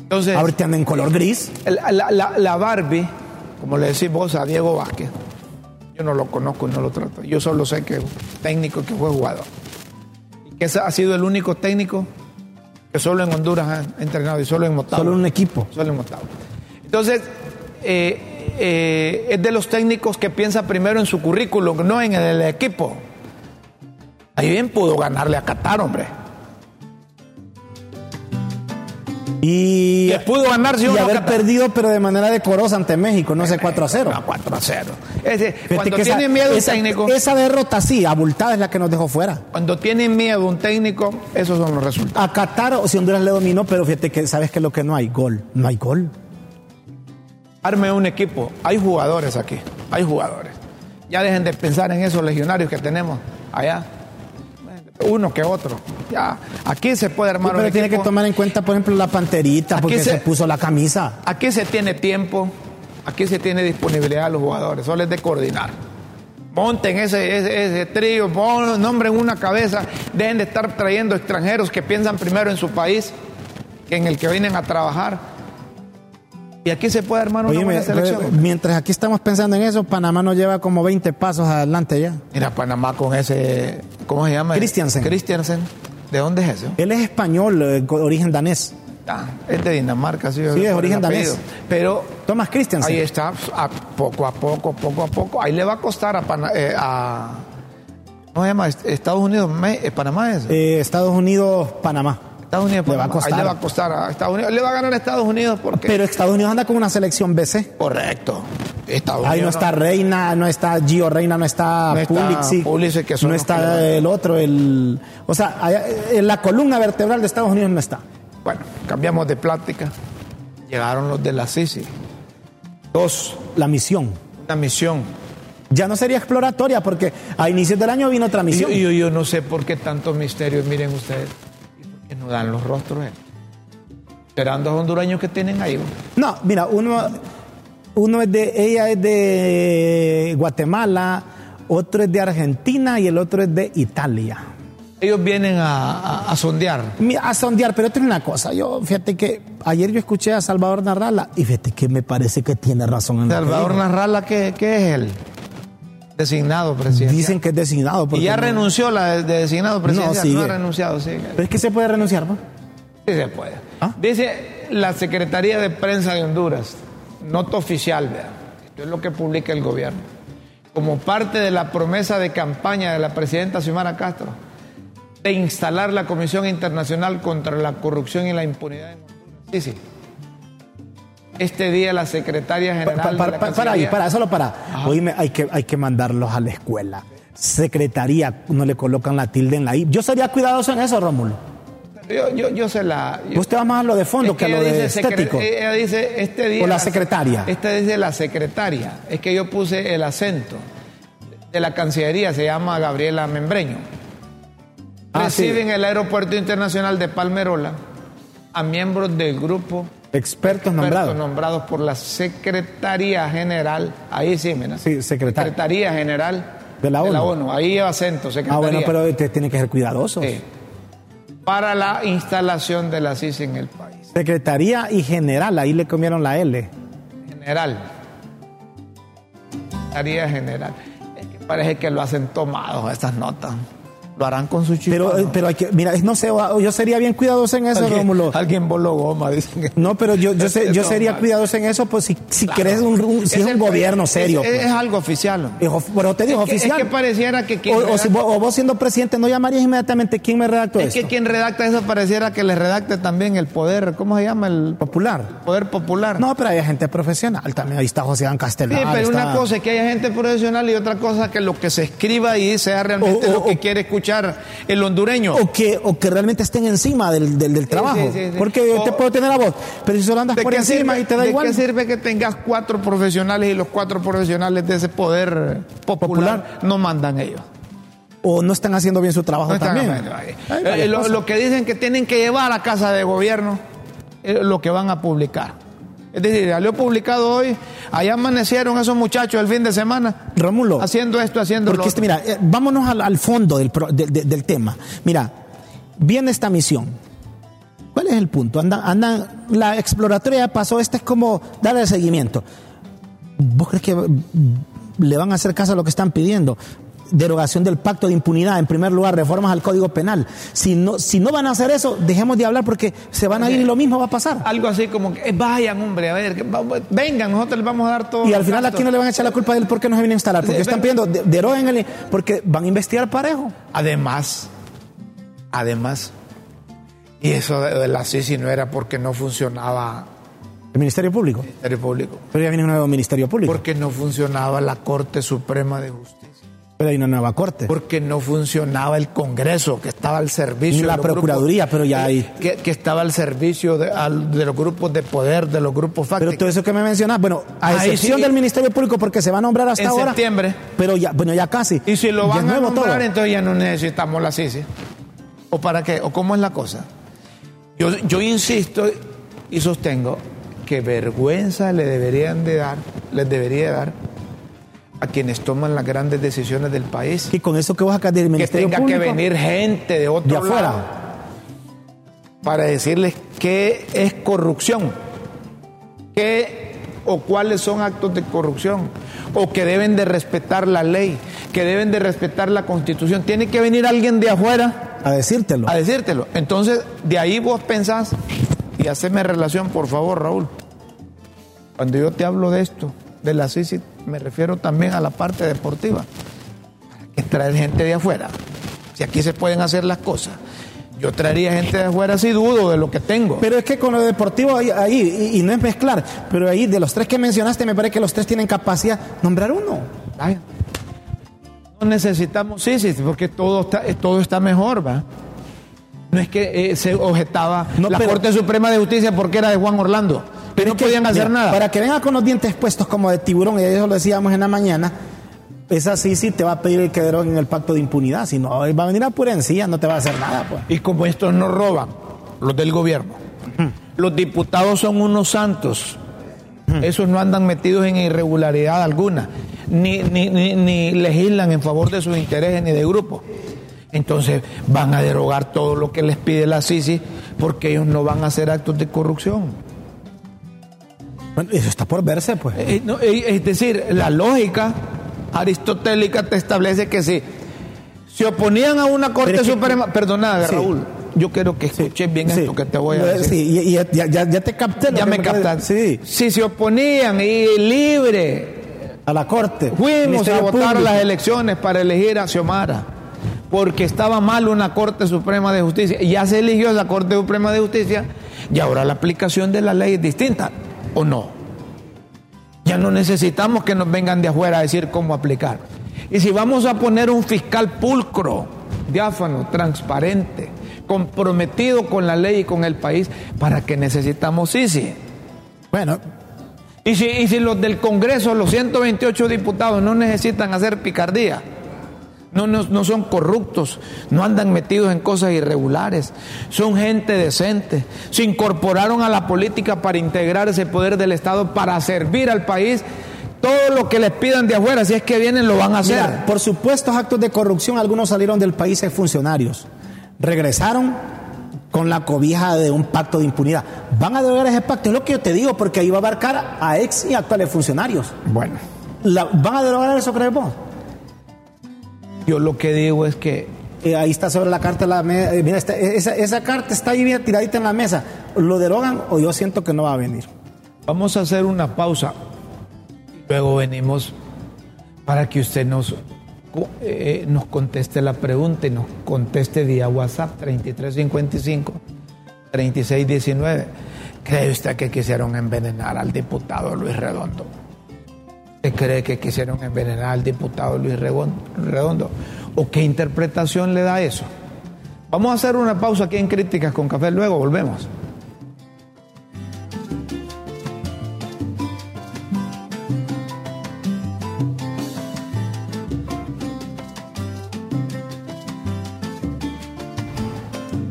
A: Entonces,
B: Ahorita anda en color gris.
A: el- la, la- la Barbie, como le decís vos a Diego Vázquez, yo no lo conozco y no lo trato. Yo solo sé que es un técnico que fue jugador. Y que ese ha sido el único técnico que solo en Honduras ha entrenado y solo en Motagua.
B: Solo en un equipo.
A: Solo en Motagua. Entonces, eh, eh, es de los técnicos que piensa primero en su currículum, no en el equipo. Ahí bien pudo ganarle a Qatar, hombre.
B: Y,
A: Que pudo ganarse
B: y
A: uno a
B: haber
A: Qatar.
B: perdido, pero de manera decorosa ante México, no sé, 4 a 0.
A: No, 4 a 0. Es decir,
B: Fíjate
A: cuando
B: que esa-
A: tiene miedo un
B: esa-
A: técnico.
B: Esa derrota, sí, abultada es la que nos dejó fuera.
A: Cuando tiene miedo un técnico, esos son los resultados.
B: A Qatar, o si Honduras le dominó, pero fíjate que sabes que lo que no hay gol. No hay gol.
A: Arme un equipo. Hay jugadores aquí. Hay jugadores. Ya dejen de pensar en esos legionarios que tenemos allá. Uno que otro. Ya. Aquí se puede armar
B: pero
A: un
B: tiene que
A: equipo.
B: tomar en cuenta, por ejemplo, la panterita,
A: Aquí
B: porque se...
A: se
B: puso la camisa.
A: Aquí se tiene tiempo. Aquí se tiene disponibilidad a los jugadores. Solo es de coordinar. Monten ese, ese, ese trío, pon- nombren una cabeza. Dejen de estar trayendo extranjeros que piensan primero en su país que en el que vienen a trabajar. Y aquí se puede armar una
B: Oye,
A: buena selección.
B: mientras aquí estamos pensando en eso, Panamá nos lleva como 20 pasos adelante ya.
A: Mira, Panamá con ese. ¿Cómo se llama?
B: Christiansen.
A: Christiansen. ¿De dónde es eso?
B: Él es español, eh, co- origen danés.
A: Ah, es de Dinamarca, sí.
B: Sí, es
A: por
B: origen
A: el apellido.
B: danés.
A: Pero
B: Thomas Christiansen.
A: ahí está, a poco a poco, poco a poco. Ahí le va a costar a. Pana- eh, a- ¿Cómo se llama? Est- Estados Unidos, Me- eh, Panamá es.
B: Eh, Estados Unidos, Panamá.
A: Estados Unidos,
B: le va a
A: Panamá. Ahí
B: costar.
A: le va a costar a Estados Unidos. Le va a ganar a Estados Unidos porque.
B: Pero Estados Unidos anda con una selección BC.
A: Correcto. Estados
B: Ahí no
A: Unidos
B: está Reina, no está Gio Reina, no está
A: No está
B: Pulisic,
A: Pulisic, que son
B: no
A: los que le
B: está
A: van.
B: el otro, el, o sea, allá- en la columna vertebral de Estados Unidos no está.
A: Bueno, cambiamos de plática. Llegaron los de la Sisi. Dos,
B: La misión
A: una misión.
B: ya no sería exploratoria porque a inicios del año vino otra
A: Y yo,
B: misión.
A: y yo- yo no sé por qué tanto misterio, miren ustedes, ¿y por qué no dan los rostros? eh? Serán dos hondureños que tienen ahí. ¿no?
B: No, mira, uno, uno es de, ella es de Guatemala, otro es de Argentina y el otro es de Italia.
A: Ellos vienen a, a- a sondear.
B: Mira, a sondear, pero tengo una cosa, yo fíjate que ayer yo escuché a Salvador Narrala y fíjate que me parece que tiene razón en lo que
A: Salvador
B: dijo.
A: Narrala, ¿qué, qué es él? Designado presidente.
B: Dicen que es designado.
A: y
B: porque
A: ya
B: no-
A: renunció la de, de designado presidente. No,
B: sigue.
A: ha renunciado, sí.
B: Pero es que se puede renunciar, ¿no?
A: Sí se puede.
B: ¿Ah?
A: Dice la Secretaría de Prensa de Honduras, nota oficial, ¿verdad? esto es lo que publica el gobierno, como parte de la promesa de campaña de la presidenta Xiomara Castro de instalar la Comisión Internacional contra la Corrupción y la Impunidad en Honduras. Sí, sí. Este día la secretaria
B: Pa-
A: general
B: pa-
A: de
B: pa-
A: la
B: pa- para ahí,
A: Cancillería-
B: para, solo para. Oíme, hay que, hay que mandarlos a la escuela. Secretaría, no le colocan la tilde en la I. Yo sería cuidadoso en eso, Rómulo.
A: Yo, yo, yo se la... yo-
B: Vos te vas más a lo de fondo
A: Es
B: que a lo
A: ella
B: de
A: dice secre- eh,
B: estético.
A: Ella dice este día.
B: O la secretaria.
A: Este dice la secretaria. Es que yo puse el acento de la Cancillería, se llama Gabriela Membreño.
B: Ah, sí.
A: Reciben el Aeropuerto Internacional de Palmerola a miembros del grupo
B: Expertos
A: expertos
B: nombrados.
A: nombrados por la Secretaría General, ahí sí, mira.
B: Sí, secretario.
A: Secretaría General
B: De la ONU.
A: Ahí lleva acento, Secretaría.
B: Ah, bueno, pero te tienen que ser cuidadosos.
A: Sí. Para la instalación de la CIS en el país.
B: Secretaría y general, ahí le comieron la L.
A: General. Secretaría General. Es que parece que lo hacen tomado estas notas. Lo harán con su chico.
B: Pero, eh, pero hay que, mira, no sé, yo sería bien cuidadoso en eso,
A: alguien,
B: Rómulo.
A: alguien voló goma, dicen que.
B: No, pero yo, yo, sé- yo
A: No,
B: sería
A: vale.
B: cuidadoso en eso, pues si, si crees un, un- si es,
A: el
B: un
A: país-
B: gobierno
A: es-
B: serio.
A: Es,
B: pues.
A: es algo oficial. hombre.
B: Dijo, bueno, te digo
A: Es que- es
B: oficial.
A: que pareciera que quien
B: o, o
A: redacta-
B: si vos, o vos siendo presidente no llamarías inmediatamente quién me redactó
A: Es que
B: esto?
A: quien redacta eso pareciera que le redacte también el poder, ¿cómo se llama? El
B: Popular.
A: poder popular.
B: No, pero hay gente profesional también. Ahí está José Dan
A: Sí,
B: Castelar.
A: pero
B: está-
A: una cosa es que haya gente profesional y otra cosa es que lo que se escriba ahí sea realmente
B: O- o-
A: lo que
B: o-
A: quiere escuchar el hondureño.
B: O que, o que realmente estén encima del, del, del trabajo.
A: sí, sí, sí.
B: Porque yo te
A: O-
B: puedo tener a vos, pero si solo andas
A: ¿De,
B: por
A: qué
B: encima
A: sirve,
B: y te da
A: de
B: igual.
A: qué sirve que tengas cuatro profesionales y los cuatro profesionales de ese poder popular,
B: Popular.
A: no mandan ellos?
B: O no están haciendo bien su trabajo
A: No están
B: también.
A: hablando ahí.
B: Hay varias
A: Eh, lo,
B: cosas.
A: lo que dicen que tienen que llevar a casa de gobierno eh, lo que van a publicar. Es decir, salió publicado hoy, allá amanecieron esos muchachos el fin de semana
B: Rómulo.
A: haciendo esto, haciendo lo
B: Porque este,
A: otro.
B: mira, eh, vámonos al, al fondo del, pro- de- de- del tema. Mira, viene esta misión. ¿Cuál es el punto? Andan, andan, la exploratoria ya pasó, esta es como darle seguimiento. ¿Vos crees que mm, le van a hacer caso a lo que están pidiendo? Derogación del pacto de impunidad, en primer lugar, reformas al Código Penal. Si no, si no van a hacer eso, dejemos de hablar porque se van a ir y lo mismo va a pasar.
A: Algo así como que eh, vayan, hombre, a ver, que va- va- vengan, nosotros les vamos a dar todo.
B: Y al final, ¿a quién no le van a echar la culpa del por qué no se viene a instalar?
A: Eh,
B: Porque están pidiendo, de- deroguen el- porque van a investigar parejo.
A: Además, además, y eso de, de la CICI no era porque no funcionaba
B: El Ministerio Público.
A: el Ministerio Público,
B: Pero ya viene un nuevo Ministerio Público.
A: porque no funcionaba la Corte Suprema de Justicia.
B: Pero hay una nueva corte.
A: porque no funcionaba el Congreso, que estaba al servicio
B: Ni la
A: de los grupos-
B: Procuraduría, pero ya hay-
A: que, que estaba al servicio de, al- de los grupos de poder, de los grupos
B: Pero todo
A: fácticos.
B: eso que me mencionas, bueno, a
A: Ahí
B: excepción
A: sí.
B: del Ministerio Público, porque se va a nombrar hasta
A: En
B: ahora.
A: septiembre.
B: Pero ya, bueno, ya casi.
A: Y si lo
B: Ya
A: van
B: es
A: a
B: nuevo
A: nombrar,
B: todo.
A: entonces ya no necesitamos la CICI. ¿O para qué? ¿O cómo es la cosa? Yo, yo insisto y sostengo que vergüenza le deberían de dar, les debería dar a quienes toman las grandes decisiones del país
B: Y con eso que vos acá del
A: que
B: Ministerio
A: tenga
B: Público.
A: que venir gente de otro lado
B: de afuera.
A: para decirles qué es corrupción, qué o cuáles son actos de corrupción, o que deben de respetar la ley, que deben de respetar la constitución. Tiene que venir alguien de afuera
B: A decírtelo.
A: a decírtelo. Entonces, de ahí vos pensás, y haceme relación, por favor, Raúl. Cuando yo te hablo de esto, de la CICI, me refiero también a la parte deportiva. Que traer gente de afuera. Si aquí se pueden hacer las cosas. Yo traería gente de afuera si dudo de lo que tengo.
B: Pero es que con lo deportivo ahí, ahí, y, y no es mezclar, pero ahí de los tres que mencionaste, me parece que los tres tienen capacidad nombrar uno.
A: Ay, ¿Ah? No necesitamos CICI porque todo está, eh, todo está mejor, ¿va? No es que eh, se objetaba
B: No,
A: la
B: pero-
A: Corte Suprema de Justicia porque era de Juan Orlando. Que no
B: Es que,
A: podían hacer
B: mira,
A: nada.
B: Para que venga con los dientes puestos como de tiburón, y eso lo decíamos en la mañana, esa sí sí te va a pedir el que en el pacto de impunidad, si no, él va a venir a pura encía, no te va a hacer nada, pues.
A: Y como estos no roban, los del gobierno, los diputados son unos santos. Esos no andan metidos en irregularidad alguna, ni, ni, ni, ni legislan en favor de sus intereses ni de grupo. Entonces van a derogar todo lo que les pide la CICI porque ellos no van a hacer actos de corrupción.
B: Bueno, eso está por verse, pues.
A: Eh, no, eh, es decir, la lógica aristotélica te establece que si se oponían a una Corte
B: es que-
A: Suprema, perdonada
B: Sí.
A: Raúl, yo quiero que escuches bien
B: Sí. Eh,
A: esto que te voy a decir.
B: Sí, y- y ya, ya- ya te capté. lo
A: Ya
B: que
A: me captan.
B: Sí,
A: Si se oponían y libre,
B: a la corte.
A: fuimos a
B: Ministerio
A: votar
B: Público.
A: las elecciones para elegir a Xiomara. Porque estaba mal una Corte Suprema de Justicia. Y Ya se eligió la Corte Suprema de Justicia y ahora la aplicación de la ley es distinta, ¿o no? Ya no necesitamos que nos vengan de afuera a decir cómo aplicar. Y si vamos a poner un fiscal pulcro, diáfano, transparente, comprometido con la ley y con el país, ¿para qué necesitamos ISI?
B: Bueno,
A: Y si, y si los del Congreso, los 128 diputados, no necesitan hacer picardía, No, no, no son corruptos, no andan metidos en cosas irregulares, son gente decente. Se incorporaron a la política para integrar ese poder del Estado, para servir al país. Todo lo que les pidan de afuera, si es que vienen, lo van a hacer.
B: Mira, por supuestos actos de corrupción, algunos salieron del país de funcionarios. Regresaron con la cobija de un pacto de impunidad. Van a derogar ese pacto, es lo que yo te digo, porque ahí va a abarcar a ex y actuales funcionarios.
A: Bueno,
B: La- ¿Van a derogar eso, crees vos?
A: yo lo que digo es que
B: Eh, ahí está sobre la carta, la me- eh, mira, está- esa, esa carta está ahí bien tiradita en la mesa. ¿Lo derogan o yo siento que no va a venir?
A: Vamos a hacer una pausa. Luego venimos para que usted nos, co- eh, nos conteste la pregunta y nos conteste vía WhatsApp 3355 3619. ¿Cree usted que quisieron envenenar al diputado Luis Redondo? ¿Usted cree que quisieron envenenar al diputado Luis Regon- Redondo? ¿O qué interpretación le da eso? Vamos a hacer una pausa aquí en Críticas con Café, luego volvemos.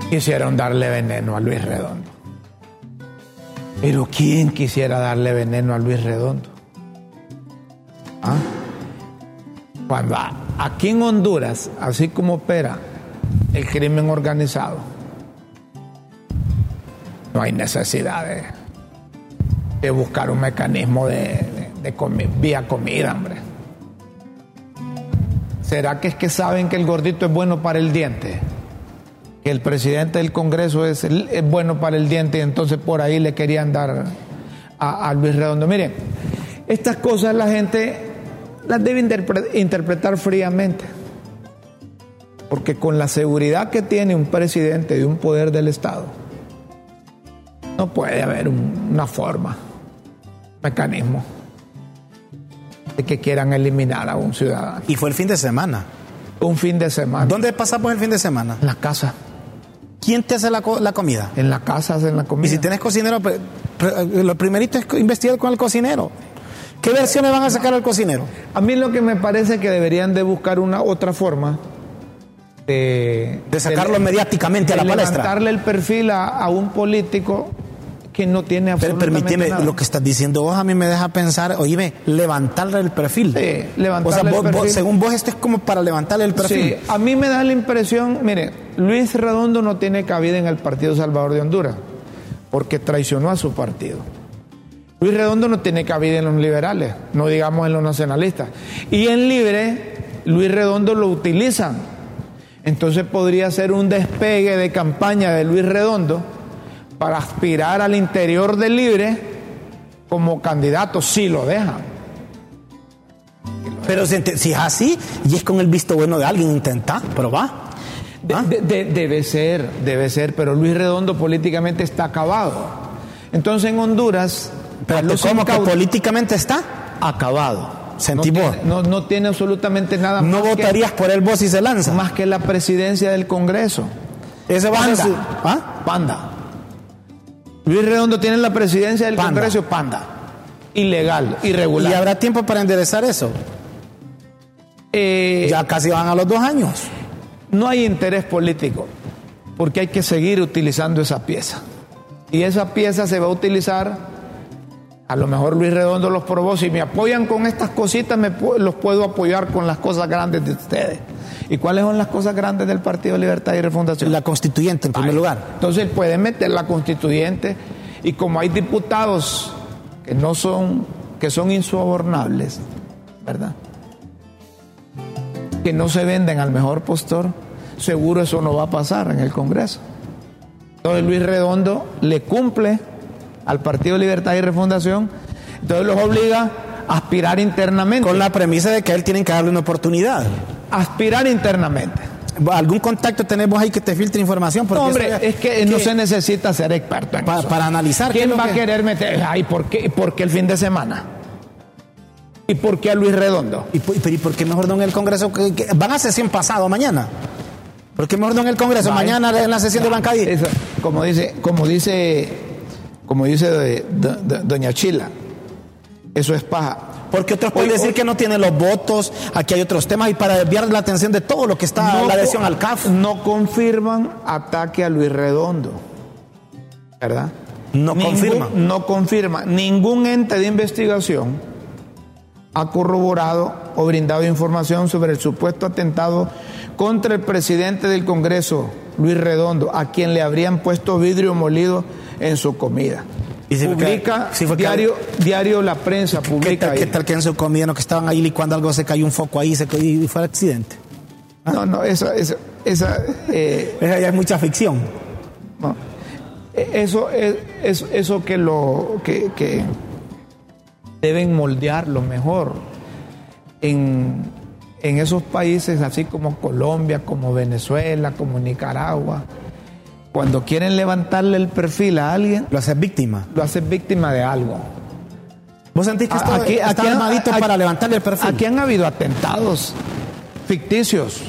A: quisieron darle veneno a Luis Redondo. Pero ¿quién quisiera darle veneno a Luis Redondo? ¿Ah? Cuando a- aquí en Honduras, así como opera el crimen organizado, no hay necesidad de, de buscar un mecanismo de, de- de comi- vía comida, hombre. ¿Será que es que saben que el gordito es bueno para el diente? que el presidente del Congreso es, el- es bueno para el diente y entonces por ahí le querían dar a, a Luis Redondo. Mire, estas cosas la gente las debe interpre- interpretar fríamente, porque con la seguridad que tiene un presidente de un poder del Estado, no puede haber un- una forma, mecanismo de que quieran eliminar a un ciudadano.
B: Y fue el fin de semana.
A: Un fin de semana.
B: ¿Dónde pasamos el fin de semana?
A: En la casa.
B: ¿Quién te hace la, co- la comida?
A: En la casa hacen la comida.
B: Y si tenés cocinero, pre- pre- lo primerito es co- investigar con el cocinero. ¿Qué versiones van a sacar al cocinero?
A: A mí lo que me parece es que deberían de buscar una otra forma de,
B: De sacarlo
A: de-
B: mediáticamente a
A: de
B: la palestra.
A: levantarle el perfil a, a un político que no tiene
B: Pero
A: absolutamente
B: permíteme,
A: nada.
B: lo que estás diciendo vos a mí me deja pensar, oíme, levantarle el perfil.
A: Sí, levantarle
B: o sea,
A: el
B: vos- vos-
A: perfil.
B: según vos, esto es como para levantarle el perfil.
A: Sí, a mí me da la impresión, mire, Luis Redondo no tiene cabida en el Partido Salvador de Honduras, porque traicionó a su partido. Luis Redondo no tiene cabida en los liberales, no digamos en los nacionalistas. Y en Libre, Luis Redondo lo utilizan. Entonces podría ser un despegue de campaña de Luis Redondo para aspirar al interior de Libre como candidato, si lo dejan.
B: Pero si, ente- si es así, y es con el visto bueno de alguien, intenta, probá.
A: De-
B: ¿Ah?
A: de- de- debe ser, debe ser, pero Luis Redondo políticamente está acabado. Entonces en Honduras, a
B: Pero
A: los
B: como que
A: incautos-
B: políticamente está acabado.
A: no,
B: Sentí vos.
A: tiene, no- no tiene absolutamente nada
B: No
A: más,
B: votarías por él vos si se
A: que,
B: lanza.
A: más que la presidencia del Congreso.
B: Ese va a ser
A: Panda.
B: su- ¿Ah?
A: Panda. Luis Redondo tiene la presidencia del
B: Panda.
A: Congreso, panda. Ilegal, irregular.
B: Y habrá tiempo para enderezar eso.
A: Eh,
B: Ya casi van a los dos años.
A: no hay interés político, porque hay que seguir utilizando esa pieza. Y esa pieza se va a utilizar, a lo mejor Luis Redondo los probó, si me apoyan con estas cositas, me pu- los puedo apoyar con las cosas grandes de ustedes. ¿Y cuáles son las cosas grandes del Partido Libertad y Refundación?
B: La constituyente en primer lugar.
A: Entonces pueden meter la constituyente y como hay diputados que no son, que son insobornables, ¿verdad? Que no se venden al mejor postor, seguro eso no va a pasar en el Congreso. Entonces Luis Redondo le cumple al Partido Libertad y Refundación, entonces los obliga a aspirar internamente.
B: Con la premisa de que a él tienen que darle una oportunidad.
A: Aspirar internamente.
B: ¿Algún contacto tenemos ahí que te filtre información? Porque
A: No, hombre,
B: eso ya-
A: es que no se necesita ser experto en
B: pa-
A: eso.
B: para analizar. ¿qué es
A: ¿Quién
B: lo
A: va a
B: que-
A: querer meter? Ay, ¿por qué, ¿por qué el fin de semana? ¿Y por qué a Luis Redondo?
B: ¿Y, por- y por- y por qué mejor no en el Congreso? que- que- van a sesión pasado mañana. ¿Por qué mejor no en el Congreso?
A: Vaya.
B: Mañana en la sesión de Bancadi.
A: Eso, como dice, como dice, como dice do- do- do- doña Chila, eso es paja.
B: Porque otros pueden
A: Hoy-
B: decir
A: hoy-
B: que no tienen los votos, aquí hay otros temas, y para desviar la atención de todo lo que está la adhesión
A: co-
B: al CAF.
A: No confirman ataque a Luis Redondo. ¿Verdad?
B: No confirman.
A: No confirma. Ningún ente de investigación ha corroborado o brindado información sobre el supuesto atentado contra el presidente del Congreso, Luis Redondo, a quien le habrían puesto vidrio molido en su comida.
B: Y si fue que-
A: publica
B: si fue que-
A: diario, diario La Prensa,
B: ¿Qué
A: publica
B: tal, qué
A: ahí.
B: tal que en su comida no que estaban ahí y cuando algo se cayó un foco ahí se, y fue el accidente?
A: No, no, esa, esa, esa eh,
B: Esa ya es mucha ficción.
A: No. E- Eso, es- eso, eso que lo que, que deben moldearlo mejor en, en esos países así como Colombia, como Venezuela, como Nicaragua. Cuando quieren levantarle el perfil a alguien,
B: Lo haces víctima.
A: lo hacen víctima de algo.
B: ¿Vos sentís que
A: A-
B: está, está
A: Ah, han-
B: armadito
A: a-
B: para levantarle el perfil?
A: Aquí han habido atentados ficticios.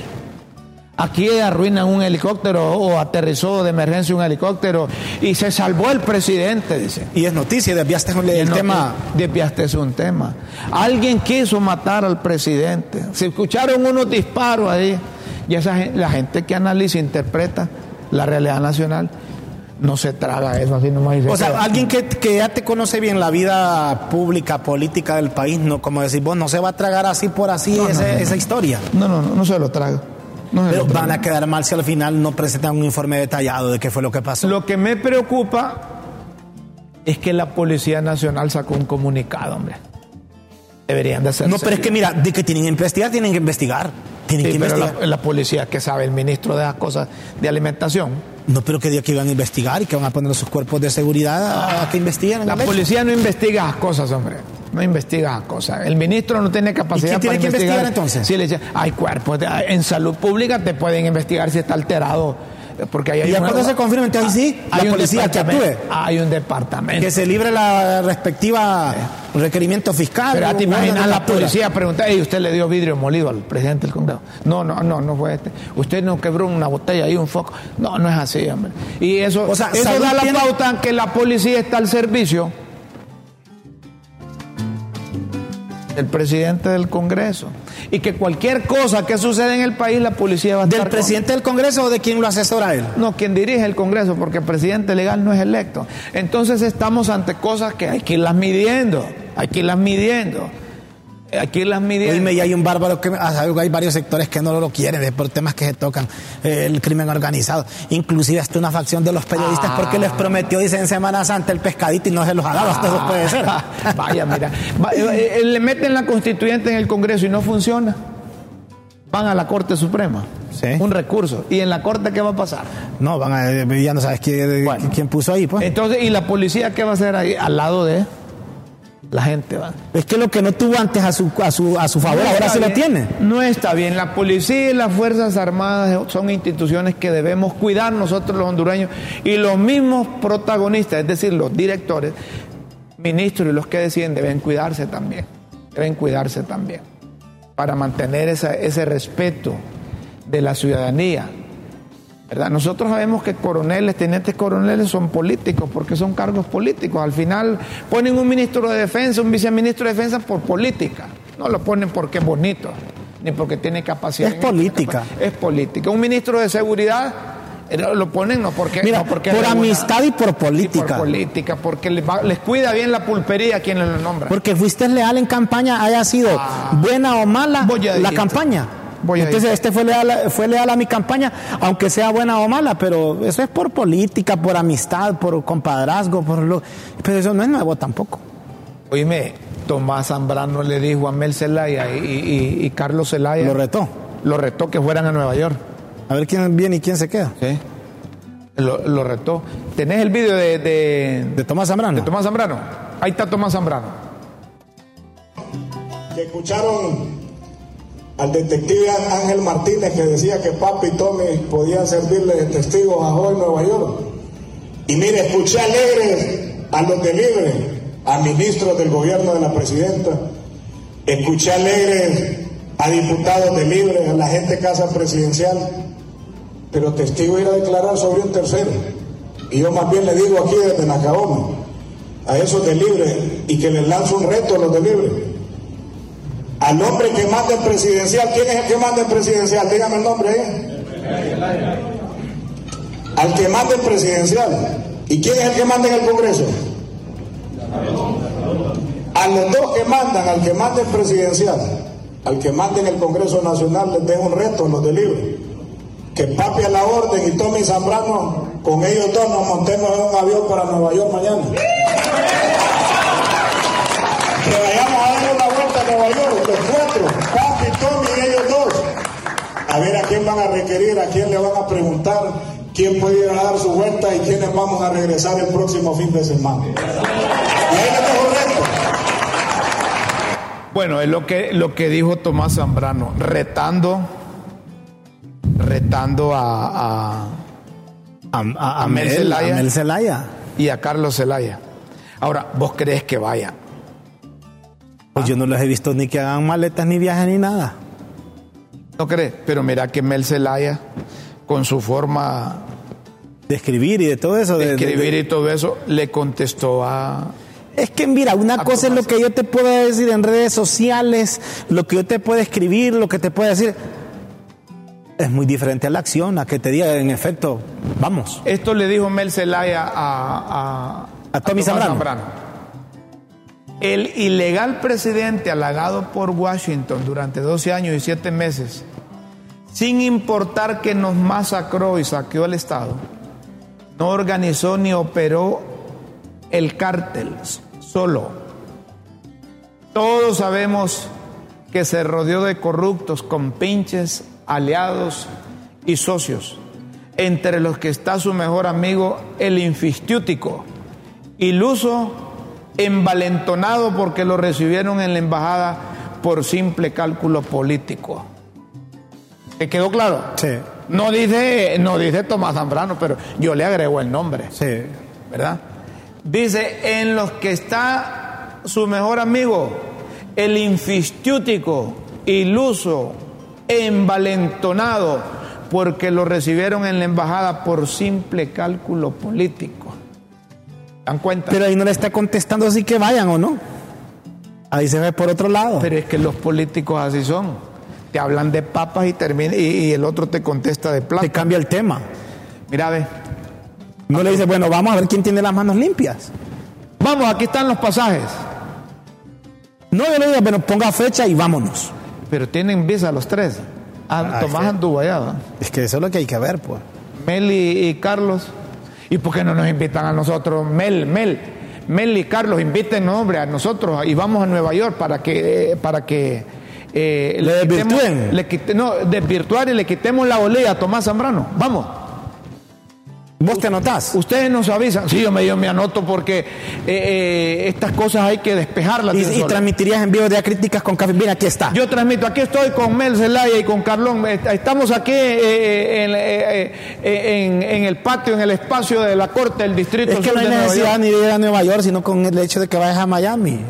A: Aquí arruinan un helicóptero o aterrizó de emergencia un helicóptero y se salvó el presidente, dice.
B: y es noticia, desviaste el, el
A: No,
B: tema.
A: Desviaste es un tema. Alguien quiso matar al presidente. Se escucharon unos disparos ahí. Y esa gen- la gente que analiza, interpreta la realidad nacional, no se traga eso así nomás. y se
B: O sea,
A: queda.
B: alguien que, que ya te conoce bien la vida pública, política del país, no como decís vos, no se va a tragar así por así ese- esa historia.
A: No, no, no, no se lo traga. No se
B: Pero
A: lo traga.
B: van a quedar mal si al final no presentan un informe detallado de qué fue lo que pasó.
A: Lo que me preocupa es que la Policía Nacional sacó un comunicado, hombre. Deberían de hacer
B: no, pero es que mira, de que tienen que investigar, tienen que investigar. Tienen que
A: pero
B: investigar.
A: la, la policía que sabe, el ministro de las cosas de alimentación.
B: No, pero que día que iban a investigar y que van a poner a sus cuerpos de seguridad a, a que investiguen.
A: La
B: ¿no ves?
A: policía no investiga las cosas, hombre. No investiga las cosas. El ministro no tiene capacidad
B: quién tiene
A: para
B: que investigar,
A: investigar.
B: entonces?
A: Sí, le dice, hay cuerpos. de- en salud pública te pueden investigar si está alterado. eh, Porque ahí hay
B: Y ya
A: una- Ah,
B: cuando se confirma, entonces sí, la
A: hay un
B: policía que
A: departamento-
B: actúe.
A: Hay un departamento.
B: Que se libre la respectiva requerimiento fiscal.
A: Pero ya te
B: un orden de
A: imaginas la
B: captura.
A: policía preguntar, y usted le dio vidrio molido al presidente del Congreso. No, no, no, no fue este. Usted no quebró una botella y un foco. No, no es así, hombre. Y eso,
B: O sea,
A: eso
B: salud
A: da la
B: tiene-
A: pauta que la policía está al servicio del presidente del Congreso. Y que cualquier cosa que suceda en el país, la policía va a estar.
B: ¿Del
A: con-
B: presidente del Congreso o de quien lo asesora a él?
A: no, quien dirige el Congreso, porque el presidente legal no es electo. Entonces estamos ante cosas que hay que irlas midiendo, hay que irlas midiendo, hay que irlas midiendo.
B: Dime, y hay un bárbaro que ah, sabe que hay varios sectores que no lo quieren eh, por temas que se tocan, eh, el crimen organizado, inclusive hasta una facción de los periodistas
A: Ah.
B: porque les prometió, dicen Semana Santa, el pescadito y no se los ha dado, hasta eso puede ser.
A: Ah, Vaya, mira, va- eh, eh, le meten la constituyente en el Congreso y no funciona. Van a la Corte Suprema,
B: Sí.
A: un recurso. ¿Y en la Corte qué va a pasar?
B: No, van a, eh, ya no sabes quién,
A: Bueno.
B: quién puso ahí, pues.
A: Entonces, ¿y la policía qué va a hacer ahí? Al lado de la gente, ¿va?
B: Es que lo que no tuvo antes a su, a su, a su favor,
A: No
B: ahora
A: está
B: sí lo
A: bien.
B: tiene.
A: No está bien. La policía y las Fuerzas Armadas son instituciones que debemos cuidar nosotros los hondureños y los mismos protagonistas, es decir, los directores, ministros y los que deciden deben cuidarse también. Deben cuidarse también para mantener esa- ese respeto de la ciudadanía. ¿verdad? Nosotros sabemos que coroneles, tenientes coroneles son políticos porque son cargos políticos. Al final ponen un ministro de defensa, un viceministro de defensa por política. No lo ponen porque es bonito, ni porque tiene capacidad. pues,
B: Es política.
A: Es política. Un ministro de seguridad eh, lo ponen no porque
B: Mira,
A: no porque
B: por
A: es buena-
B: amistad y por
A: y por
B: política.
A: política, porque les, va- les cuida bien la pulpería a quienes lo nombran.
B: Porque fuiste leal en campaña, haya sido buena o mala
A: Ah. Voy a
B: la
A: decirte.
B: campaña.
A: Voy a
B: Entonces este fue leal, fue leal a mi campaña, aunque sea buena o mala, pero eso es por política, por amistad, por compadrazgo, por lo... Pero eso no es nuevo tampoco.
A: Oíme, Tomás Zambrano le dijo a Mel Zelaya y, y- y Carlos Zelaya.
B: Lo retó.
A: Lo retó que fueran a Nueva York.
B: A ver quién viene y quién se queda.
A: Sí. Lo, lo retó. ¿Tenés el vídeo de, de-
B: De Tomás Zambrano.
A: de Tomás Zambrano? Ahí está Tomás Zambrano.
C: que escucharon al detective Ángel Martínez que decía que Papi y Tommy podían servirle de testigos a Joel Nueva York. Y mire, escuché alegres a los de Libre, a ministros del gobierno de la presidenta, escuché alegres a diputados de Libre, a la gente de Casa Presidencial, pero testigo ir a declarar sobre un tercero. Y yo más bien le digo aquí desde Nacaoma, a esos de Libre, y que les lanzo un reto a los de Libre Al hombre que manda el presidencial, ¿quién es el que manda el presidencial? Dígame el nombre ahí. Al que manda el presidencial. ¿Y quién es el que manda en el Congreso? A los dos que mandan, al que manda el presidencial, al que manda en el Congreso Nacional, les dejo un reto, los delibro. Que papi a la orden y Tommy Zambrano, con ellos dos nos montemos en un avión para Nueva York mañana. Que vayamos a dar una vuelta a Nueva York, los cuatro, papi, Tommy y ellos dos. A ver a quién van a requerir, a quién le van a preguntar, quién puede ir a dar su vuelta y quiénes vamos a regresar el próximo fin de semana. Y ahí les dejo un reto.
A: Bueno, es lo que, lo que dijo Tomás Zambrano, retando, retando a, a-
B: A, a,
A: A Mel Zelaya.
B: a Mel Zelaya.
A: y a Carlos Zelaya. Ahora, ¿vos crees que vaya?
B: Pues yo no los he visto ni que hagan maletas, ni viajes, ni nada.
A: ¿No crees? Pero mira que Mel Zelaya, con su forma
B: De escribir y de todo eso.
A: de
B: de- de-
A: escribir y todo eso, le contestó a...
B: Es que mira, una
A: A
B: cosa es lo
A: Tomás.
B: que yo te puedo decir en redes sociales, lo que yo te puedo escribir, lo que te puedo decir. Es muy diferente a la acción, a que te diga en efecto, vamos.
A: Esto le dijo Mel Zelaya a, a,
B: A Tommy
A: Tomás
B: Zambrano.
A: El ilegal presidente halagado por Washington durante 12 años y 7 meses, sin importar que nos masacró y saqueó el Estado, no organizó ni operó el cártel s- solo. Todos sabemos que se rodeó de corruptos, con pinches, aliados y socios, entre los que está su mejor amigo, el infistiútico, iluso, envalentonado porque lo recibieron en la embajada por simple cálculo político. ¿Te quedó claro?
B: Sí.
A: No dice, no dice Tomás Zambrano, pero yo le agrego el nombre.
B: Sí.
A: ¿verdad? Dice, en los que está su mejor amigo, el infistiútico, iluso, envalentonado, porque lo recibieron en la embajada por simple cálculo político. ¿Dan cuenta?
B: Pero ahí no le está contestando así que vayan o no. Ahí se ve por otro lado.
A: Pero es que los políticos así son. Te hablan de papas y, termina, y, y el otro te contesta de
B: te
A: plata.
B: cambia el tema.
A: Mira, ve.
B: No le dice, bueno, vamos a ver quién tiene las manos limpias.
A: Vamos, aquí están los pasajes.
B: No yo le digo, bueno, ponga fecha y vámonos.
A: Pero tienen visa los tres. Ah,
B: Ah,
A: Tomás
B: sí.
A: anduvo allá, ¿va?
B: Es que eso es lo que hay que ver, pues.
A: Mel y, y Carlos. ¿Y por qué no nos invitan a nosotros? Mel, Mel, Mel y Carlos, inviten hombre, a nosotros y vamos a Nueva York para que, eh, para que eh,
B: Le
A: quitemos-
B: desvirtúen.
A: le quite- no, desvirtuar y le quitemos la olea a Tomás Zambrano. Vamos,
B: Vos te anotás.
A: ustedes nos avisan. Sí, yo me, yo me anoto porque eh, eh, estas cosas hay que despejarlas.
B: Y,
A: de un
B: y
A: solo.
B: transmitirías en vivo de críticas con café. Mira, aquí está.
A: Yo transmito, aquí estoy con Mel Zelaya y con Carlón. Est- Estamos aquí eh, en, eh, eh, en- en el patio, en el espacio de la Corte del Distrito
B: Es que
A: Sur
B: no hay
A: de Nueva
B: necesidad
A: York.
B: ni de ir a Nueva York, sino con el hecho de que vayas a Miami.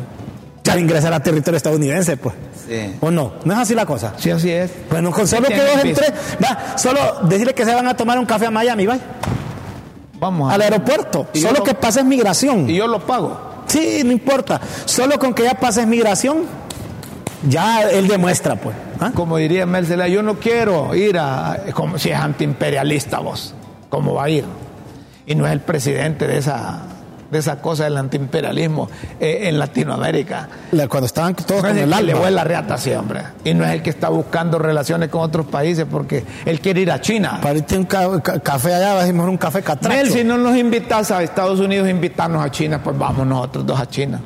B: Ya de ingresar a territorio estadounidense, pues.
A: Sí.
B: ¿O no? No es así la cosa.
A: Sí, así es.
B: Bueno, con solo
A: Sí,
B: que dos
A: tienen
B: en tres, va, solo decirle que se van a tomar un café a Miami, va,
A: Vamos a
B: al aeropuerto.
A: Ah. Y yo
B: Solo
A: lo-
B: que pases migración.
A: Y yo lo pago.
B: Sí, no importa. Solo con que ya pases migración, ya él demuestra, pues. ¿Ah?
A: Como diría Mel Zelaya, yo no quiero ir a. Como si es antiimperialista vos. ¿Cómo va a ir? Y no es el presidente de esa, de esa cosa del antiimperialismo eh, en Latinoamérica.
B: La- Cuando estaban todos
A: No es el
B: con el
A: que le
B: alma.
A: huele la reata siempre. Y no es el que está buscando relaciones con otros países porque él quiere ir a China.
B: Pariste un ca- ca- café allá, vas a ir mejor un café catracho.
A: Mel, si no nos invitas a Estados Unidos, invitarnos a China, pues vamos nosotros dos a China.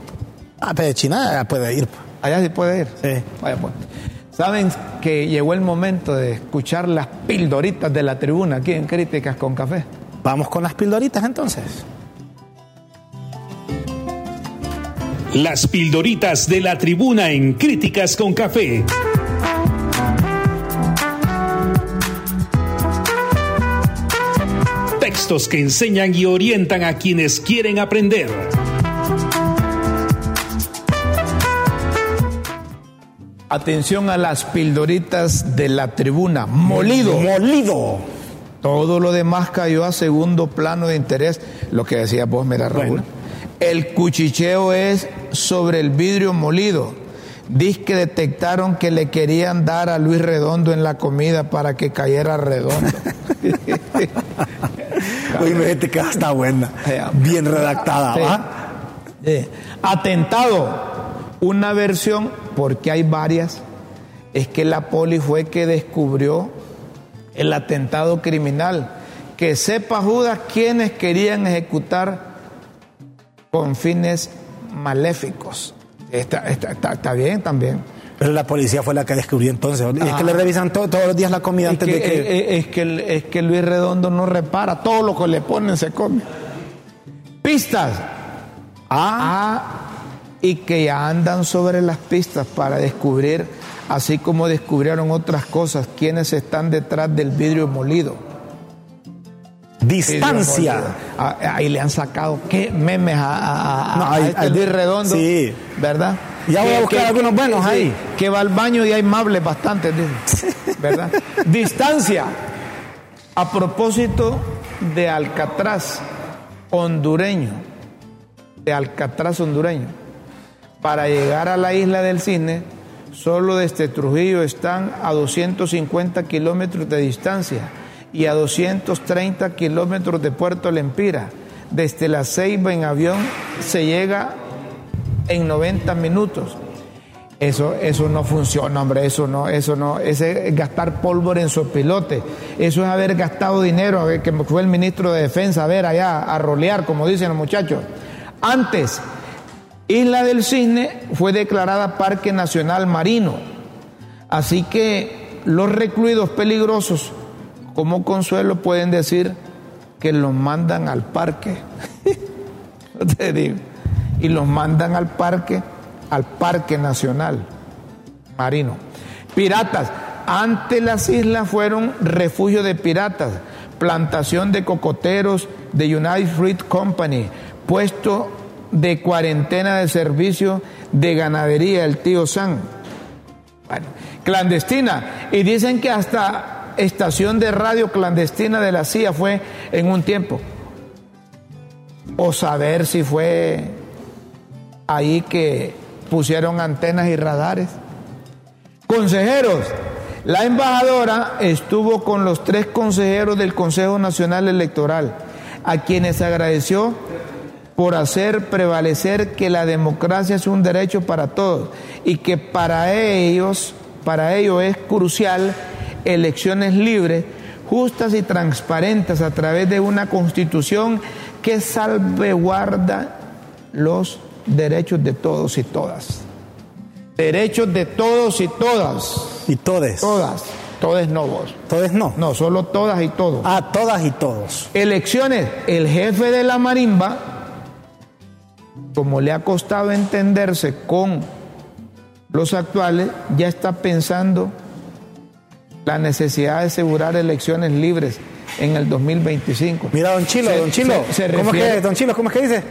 B: Ah, pero de China ya puede ir. pues.
A: Allá sí puede ir.
B: Sí.
A: Vaya pues. Saben que llegó el momento de escuchar las pildoritas de la tribuna aquí en Críticas con Café.
B: Vamos con las pildoritas entonces.
D: Las pildoritas de la tribuna en Críticas con Café. Textos que enseñan y orientan a quienes quieren aprender.
A: Atención a las pildoritas de la tribuna. Molido.
B: Molido.
A: Todo lo demás cayó a segundo plano de interés. Lo que decías vos, mira, Raúl.
B: Bueno.
A: El cuchicheo es sobre el vidrio molido. Dice que detectaron que le querían dar a Luis Redondo en la comida para que cayera redondo.
B: Oye, me gente que está buena. Bien redactada,
A: Sí.
B: ¿va?
A: Eh, atentado. Una versión, porque hay varias, es que la poli fue que descubrió el atentado criminal. Que sepa Judas quienes querían ejecutar con fines maléficos. Está, está- está- está bien también.
B: Pero la policía fue la que descubrió entonces. Y Es
A: Ah.
B: que le revisan todo- todos los días la comida
A: Es
B: antes
A: que,
B: de que.
A: eh, eh, es que el- es que Luis Redondo no repara, todo lo que le ponen se come. Pistas.
B: ah,
A: Ah, y que ya andan sobre las pistas para descubrir, así como descubrieron otras cosas, quienes están detrás del vidrio molido. Vidrio
B: distancia.
A: molido. Ah, Ahí le han sacado qué memes a, a- a-
B: No,
A: a
B: ahí-
A: este
B: ahí-
A: Luis Redondo.
B: sí.
A: ¿Verdad?
B: Ya voy a buscar algunos buenos
A: sí,
B: ahí.
A: Que va al baño y hay mables bastantes, dice, ¿verdad? Distancia. A propósito de Alcatraz hondureño, de Alcatraz hondureño, para llegar a la isla del cine, solo desde Trujillo están a 250 kilómetros de distancia y a 230 kilómetros de Puerto Lempira. Desde la Ceiba en avión se llega en 90 minutos. Eso, eso no funciona, hombre, eso no, eso no, ese es gastar pólvora en sus pilotes, eso es haber gastado dinero, a ver, que fue el ministro de Defensa, a ver allá, a rolear, como dicen los muchachos. Antes, Isla del Cisne fue declarada Parque Nacional Marino, así que los recluidos peligrosos, como consuelo, pueden decir que los mandan al parque. No te digo. Y los mandan al parque, al Parque Nacional Marino. Piratas. Antes las islas fueron refugio de piratas, plantación de cocoteros de United Fruit Company, puesto de cuarentena de servicio de ganadería, el tío San. Bueno, clandestina. Y dicen que hasta estación de radio clandestina de la CIA fue en un tiempo o saber si fue ahí que pusieron antenas y radares. Consejeros, la embajadora estuvo con los tres consejeros del Consejo Nacional Electoral, a quienes agradeció por hacer prevalecer que la democracia es un derecho para todos y que para ellos, para ello es crucial elecciones libres, justas y transparentes a través de una constitución que salvaguarda los derechos de todos y todas. Derechos de todos y todas.
B: Y todes.
A: Todas. Todes no vos.
B: Todes no.
A: No, solo todas y todos.
B: Ah, todas y todos.
A: Elecciones, el jefe de la marimba, como le ha costado entenderse con los actuales, ya está pensando la necesidad de asegurar elecciones libres en el 2025.
B: Mira, don Chilo,
A: Se-
B: don Chilo.
A: se- se
B: ¿Cómo es
A: refiere-
B: que, don Chilo, cómo es que dice?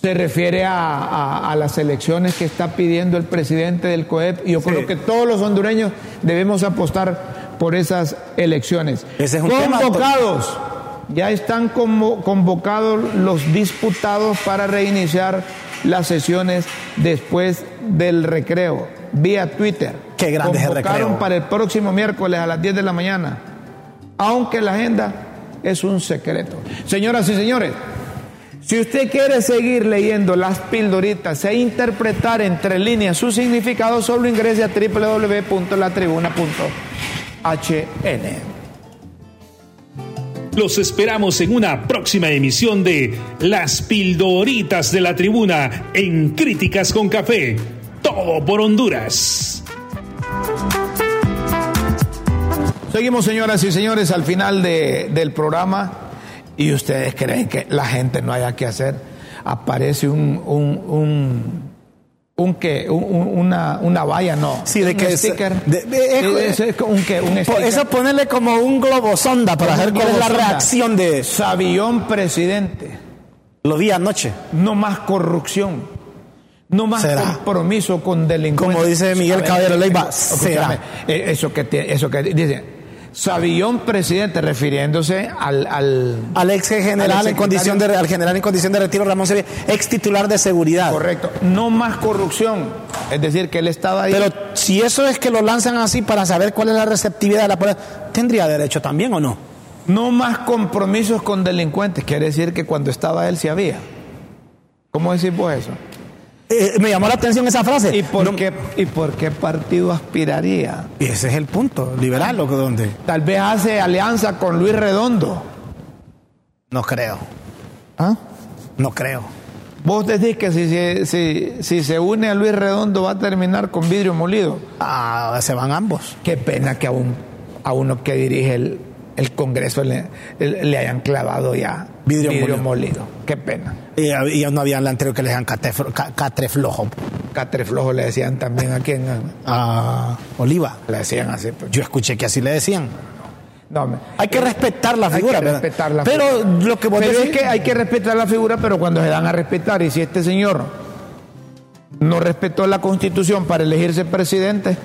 A: Se refiere a, a- a las elecciones que está pidiendo el presidente del COEP y yo creo que todos los hondureños debemos apostar por esas elecciones.
B: Ese es un tema,
A: convocados, ya están convo- convocados los disputados para reiniciar las sesiones después del recreo, vía Twitter.
B: Qué grande es el
A: Convocaron
B: recreo.
A: para el próximo miércoles a las 10 de la mañana, aunque la agenda es un secreto. Señoras y señores, si usted quiere seguir leyendo las pildoritas e interpretar entre líneas su significado, solo ingrese a www.latribuna.hn.
D: Los esperamos en una próxima emisión de Las Pildoritas de la Tribuna en Críticas con Café. Todo por Honduras.
A: Seguimos, señoras y señores, al final de- del programa. Y ustedes creen que la gente no haya que hacer. Aparece un, un, un, un que, un- un- una, una valla, no.
B: Sí, de
A: un
B: que es-
A: sticker.
B: de- de-
A: Sí,
B: eh,
A: eso es un que, un
B: Po-
A: sticker.
B: Eso ponerle como un globo sonda para
A: Un
B: ver cuál es la
A: globosonda.
B: reacción de
A: Sabillón presidente.
B: lo vi anoche.
A: No más corrupción. No más
B: ¿Será?
A: compromiso con delincuentes.
B: Como dice Miguel
A: A ver,
B: Caballero Leiva,
A: eh, escúchame,
B: ¿será?
A: eh, Eso que, te- eso que dice. Sabillón presidente, refiriéndose al- al
B: Al ex general en
A: secretario.
B: condición de al general en condición de retiro Ramón Sevilla, ex titular de seguridad.
A: Correcto. No más corrupción. Es decir, que él estaba ahí.
B: Pero si eso es que lo lanzan así para saber cuál es la receptividad de la prueba, ¿tendría derecho también o no?
A: No más compromisos con delincuentes. Quiere decir que cuando estaba él sí había. ¿Cómo decís vos eso?
B: Eh, me llamó la atención esa frase.
A: ¿Y por,
B: Eh, No-
A: qué, ¿Y por qué partido aspiraría?
B: Ese es el punto, liberal o dónde.
A: Tal vez hace alianza con Luis Redondo.
B: No creo,
A: ¿Ah?
B: no creo.
A: Vos decís que si, se- si, si se une a Luis Redondo va a terminar con vidrio molido.
B: Ah, se van ambos.
A: Qué pena que a, un, a uno que dirige el, el Congreso le, el- le hayan clavado ya
B: Vidrio
A: molido. Qué pena.
B: Y, y ya no había el anterior que le dejan cate- ca- catre flojo.
A: Catreflojo le decían también a quien
B: a Ah, Oliva.
A: le decían así. pues.
B: Yo escuché que así le decían.
A: No, me-
B: Hay que respetar la
A: hay
B: figura,
A: que
B: ¿verdad?
A: respetar la
B: pero
A: figura.
B: lo que vos
A: Pero
B: decís-
A: es que hay que respetar la figura, pero cuando se dan a respetar, y si este señor no respetó la constitución para elegirse presidente,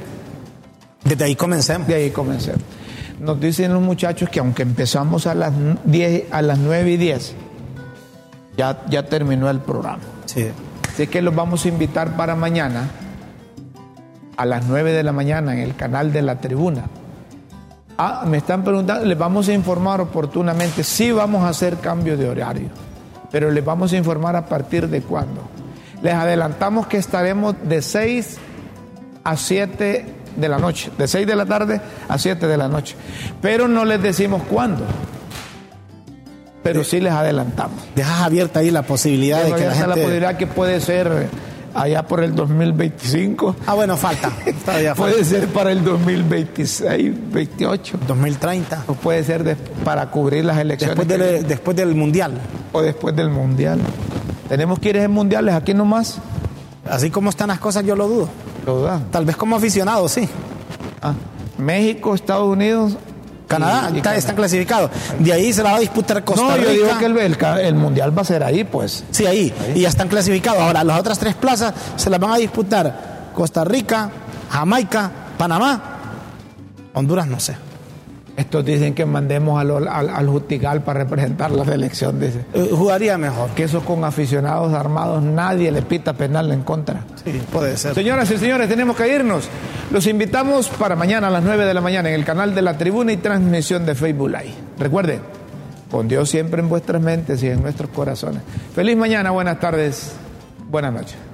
B: desde ahí comencemos.
A: de ahí comencé. Nos dicen los muchachos que aunque empezamos a las 10, a las 9 y 10, ya, ya terminó el programa.
B: Sí.
A: Así que los vamos a invitar para mañana a las 9 de la mañana en el canal de la tribuna. Ah, me están preguntando, les vamos a informar oportunamente. Sí vamos a hacer cambio de horario, pero les vamos a informar a partir de cuándo. Les adelantamos que estaremos de 6 a 7 de la noche, de 6 de la tarde a 7 de la noche, pero no les decimos cuándo. Pero sí les adelantamos.
B: Dejas abierta ahí la posibilidad de
A: Todavía
B: que la
A: está la
B: gente.
A: posibilidad que puede ser allá por el 2025.
B: Ah, bueno, falta. Pues, Todavía falta.
A: Puede ser para el 2026, 28.
B: 2030.
A: O puede ser des- para cubrir las elecciones
B: Después
A: que-
B: del, eh, después del mundial.
A: o después del Mundial. Tenemos que ir en mundiales aquí nomás.
B: Así como están las cosas, yo lo dudo.
A: Lo da.
B: Tal vez como aficionado, sí.
A: Ah, México, Estados Unidos.
B: Canadá,
A: y- y
B: está- están clasificados. De ahí se la va a disputar Costa
A: No, yo digo
B: Rica.
A: que el, el ca- el mundial va a ser ahí, pues.
B: Sí, ahí. Y ya están clasificados. Ahora, las otras tres plazas se las van a disputar Costa Rica, Jamaica, Panamá, Honduras, no sé.
A: Estos dicen que mandemos al, al, al Jutigal para representar la selección. Dice.
B: Eh, jugaría mejor.
A: Que esos con aficionados armados nadie le pita penal en contra.
B: Sí, puede ser.
A: Señoras y señores, tenemos que irnos. Los invitamos para mañana a las 9 de la mañana en el canal de la tribuna y transmisión de Facebook Live. Recuerden, con Dios siempre en vuestras mentes y en nuestros corazones. Feliz mañana, buenas tardes, buenas noches.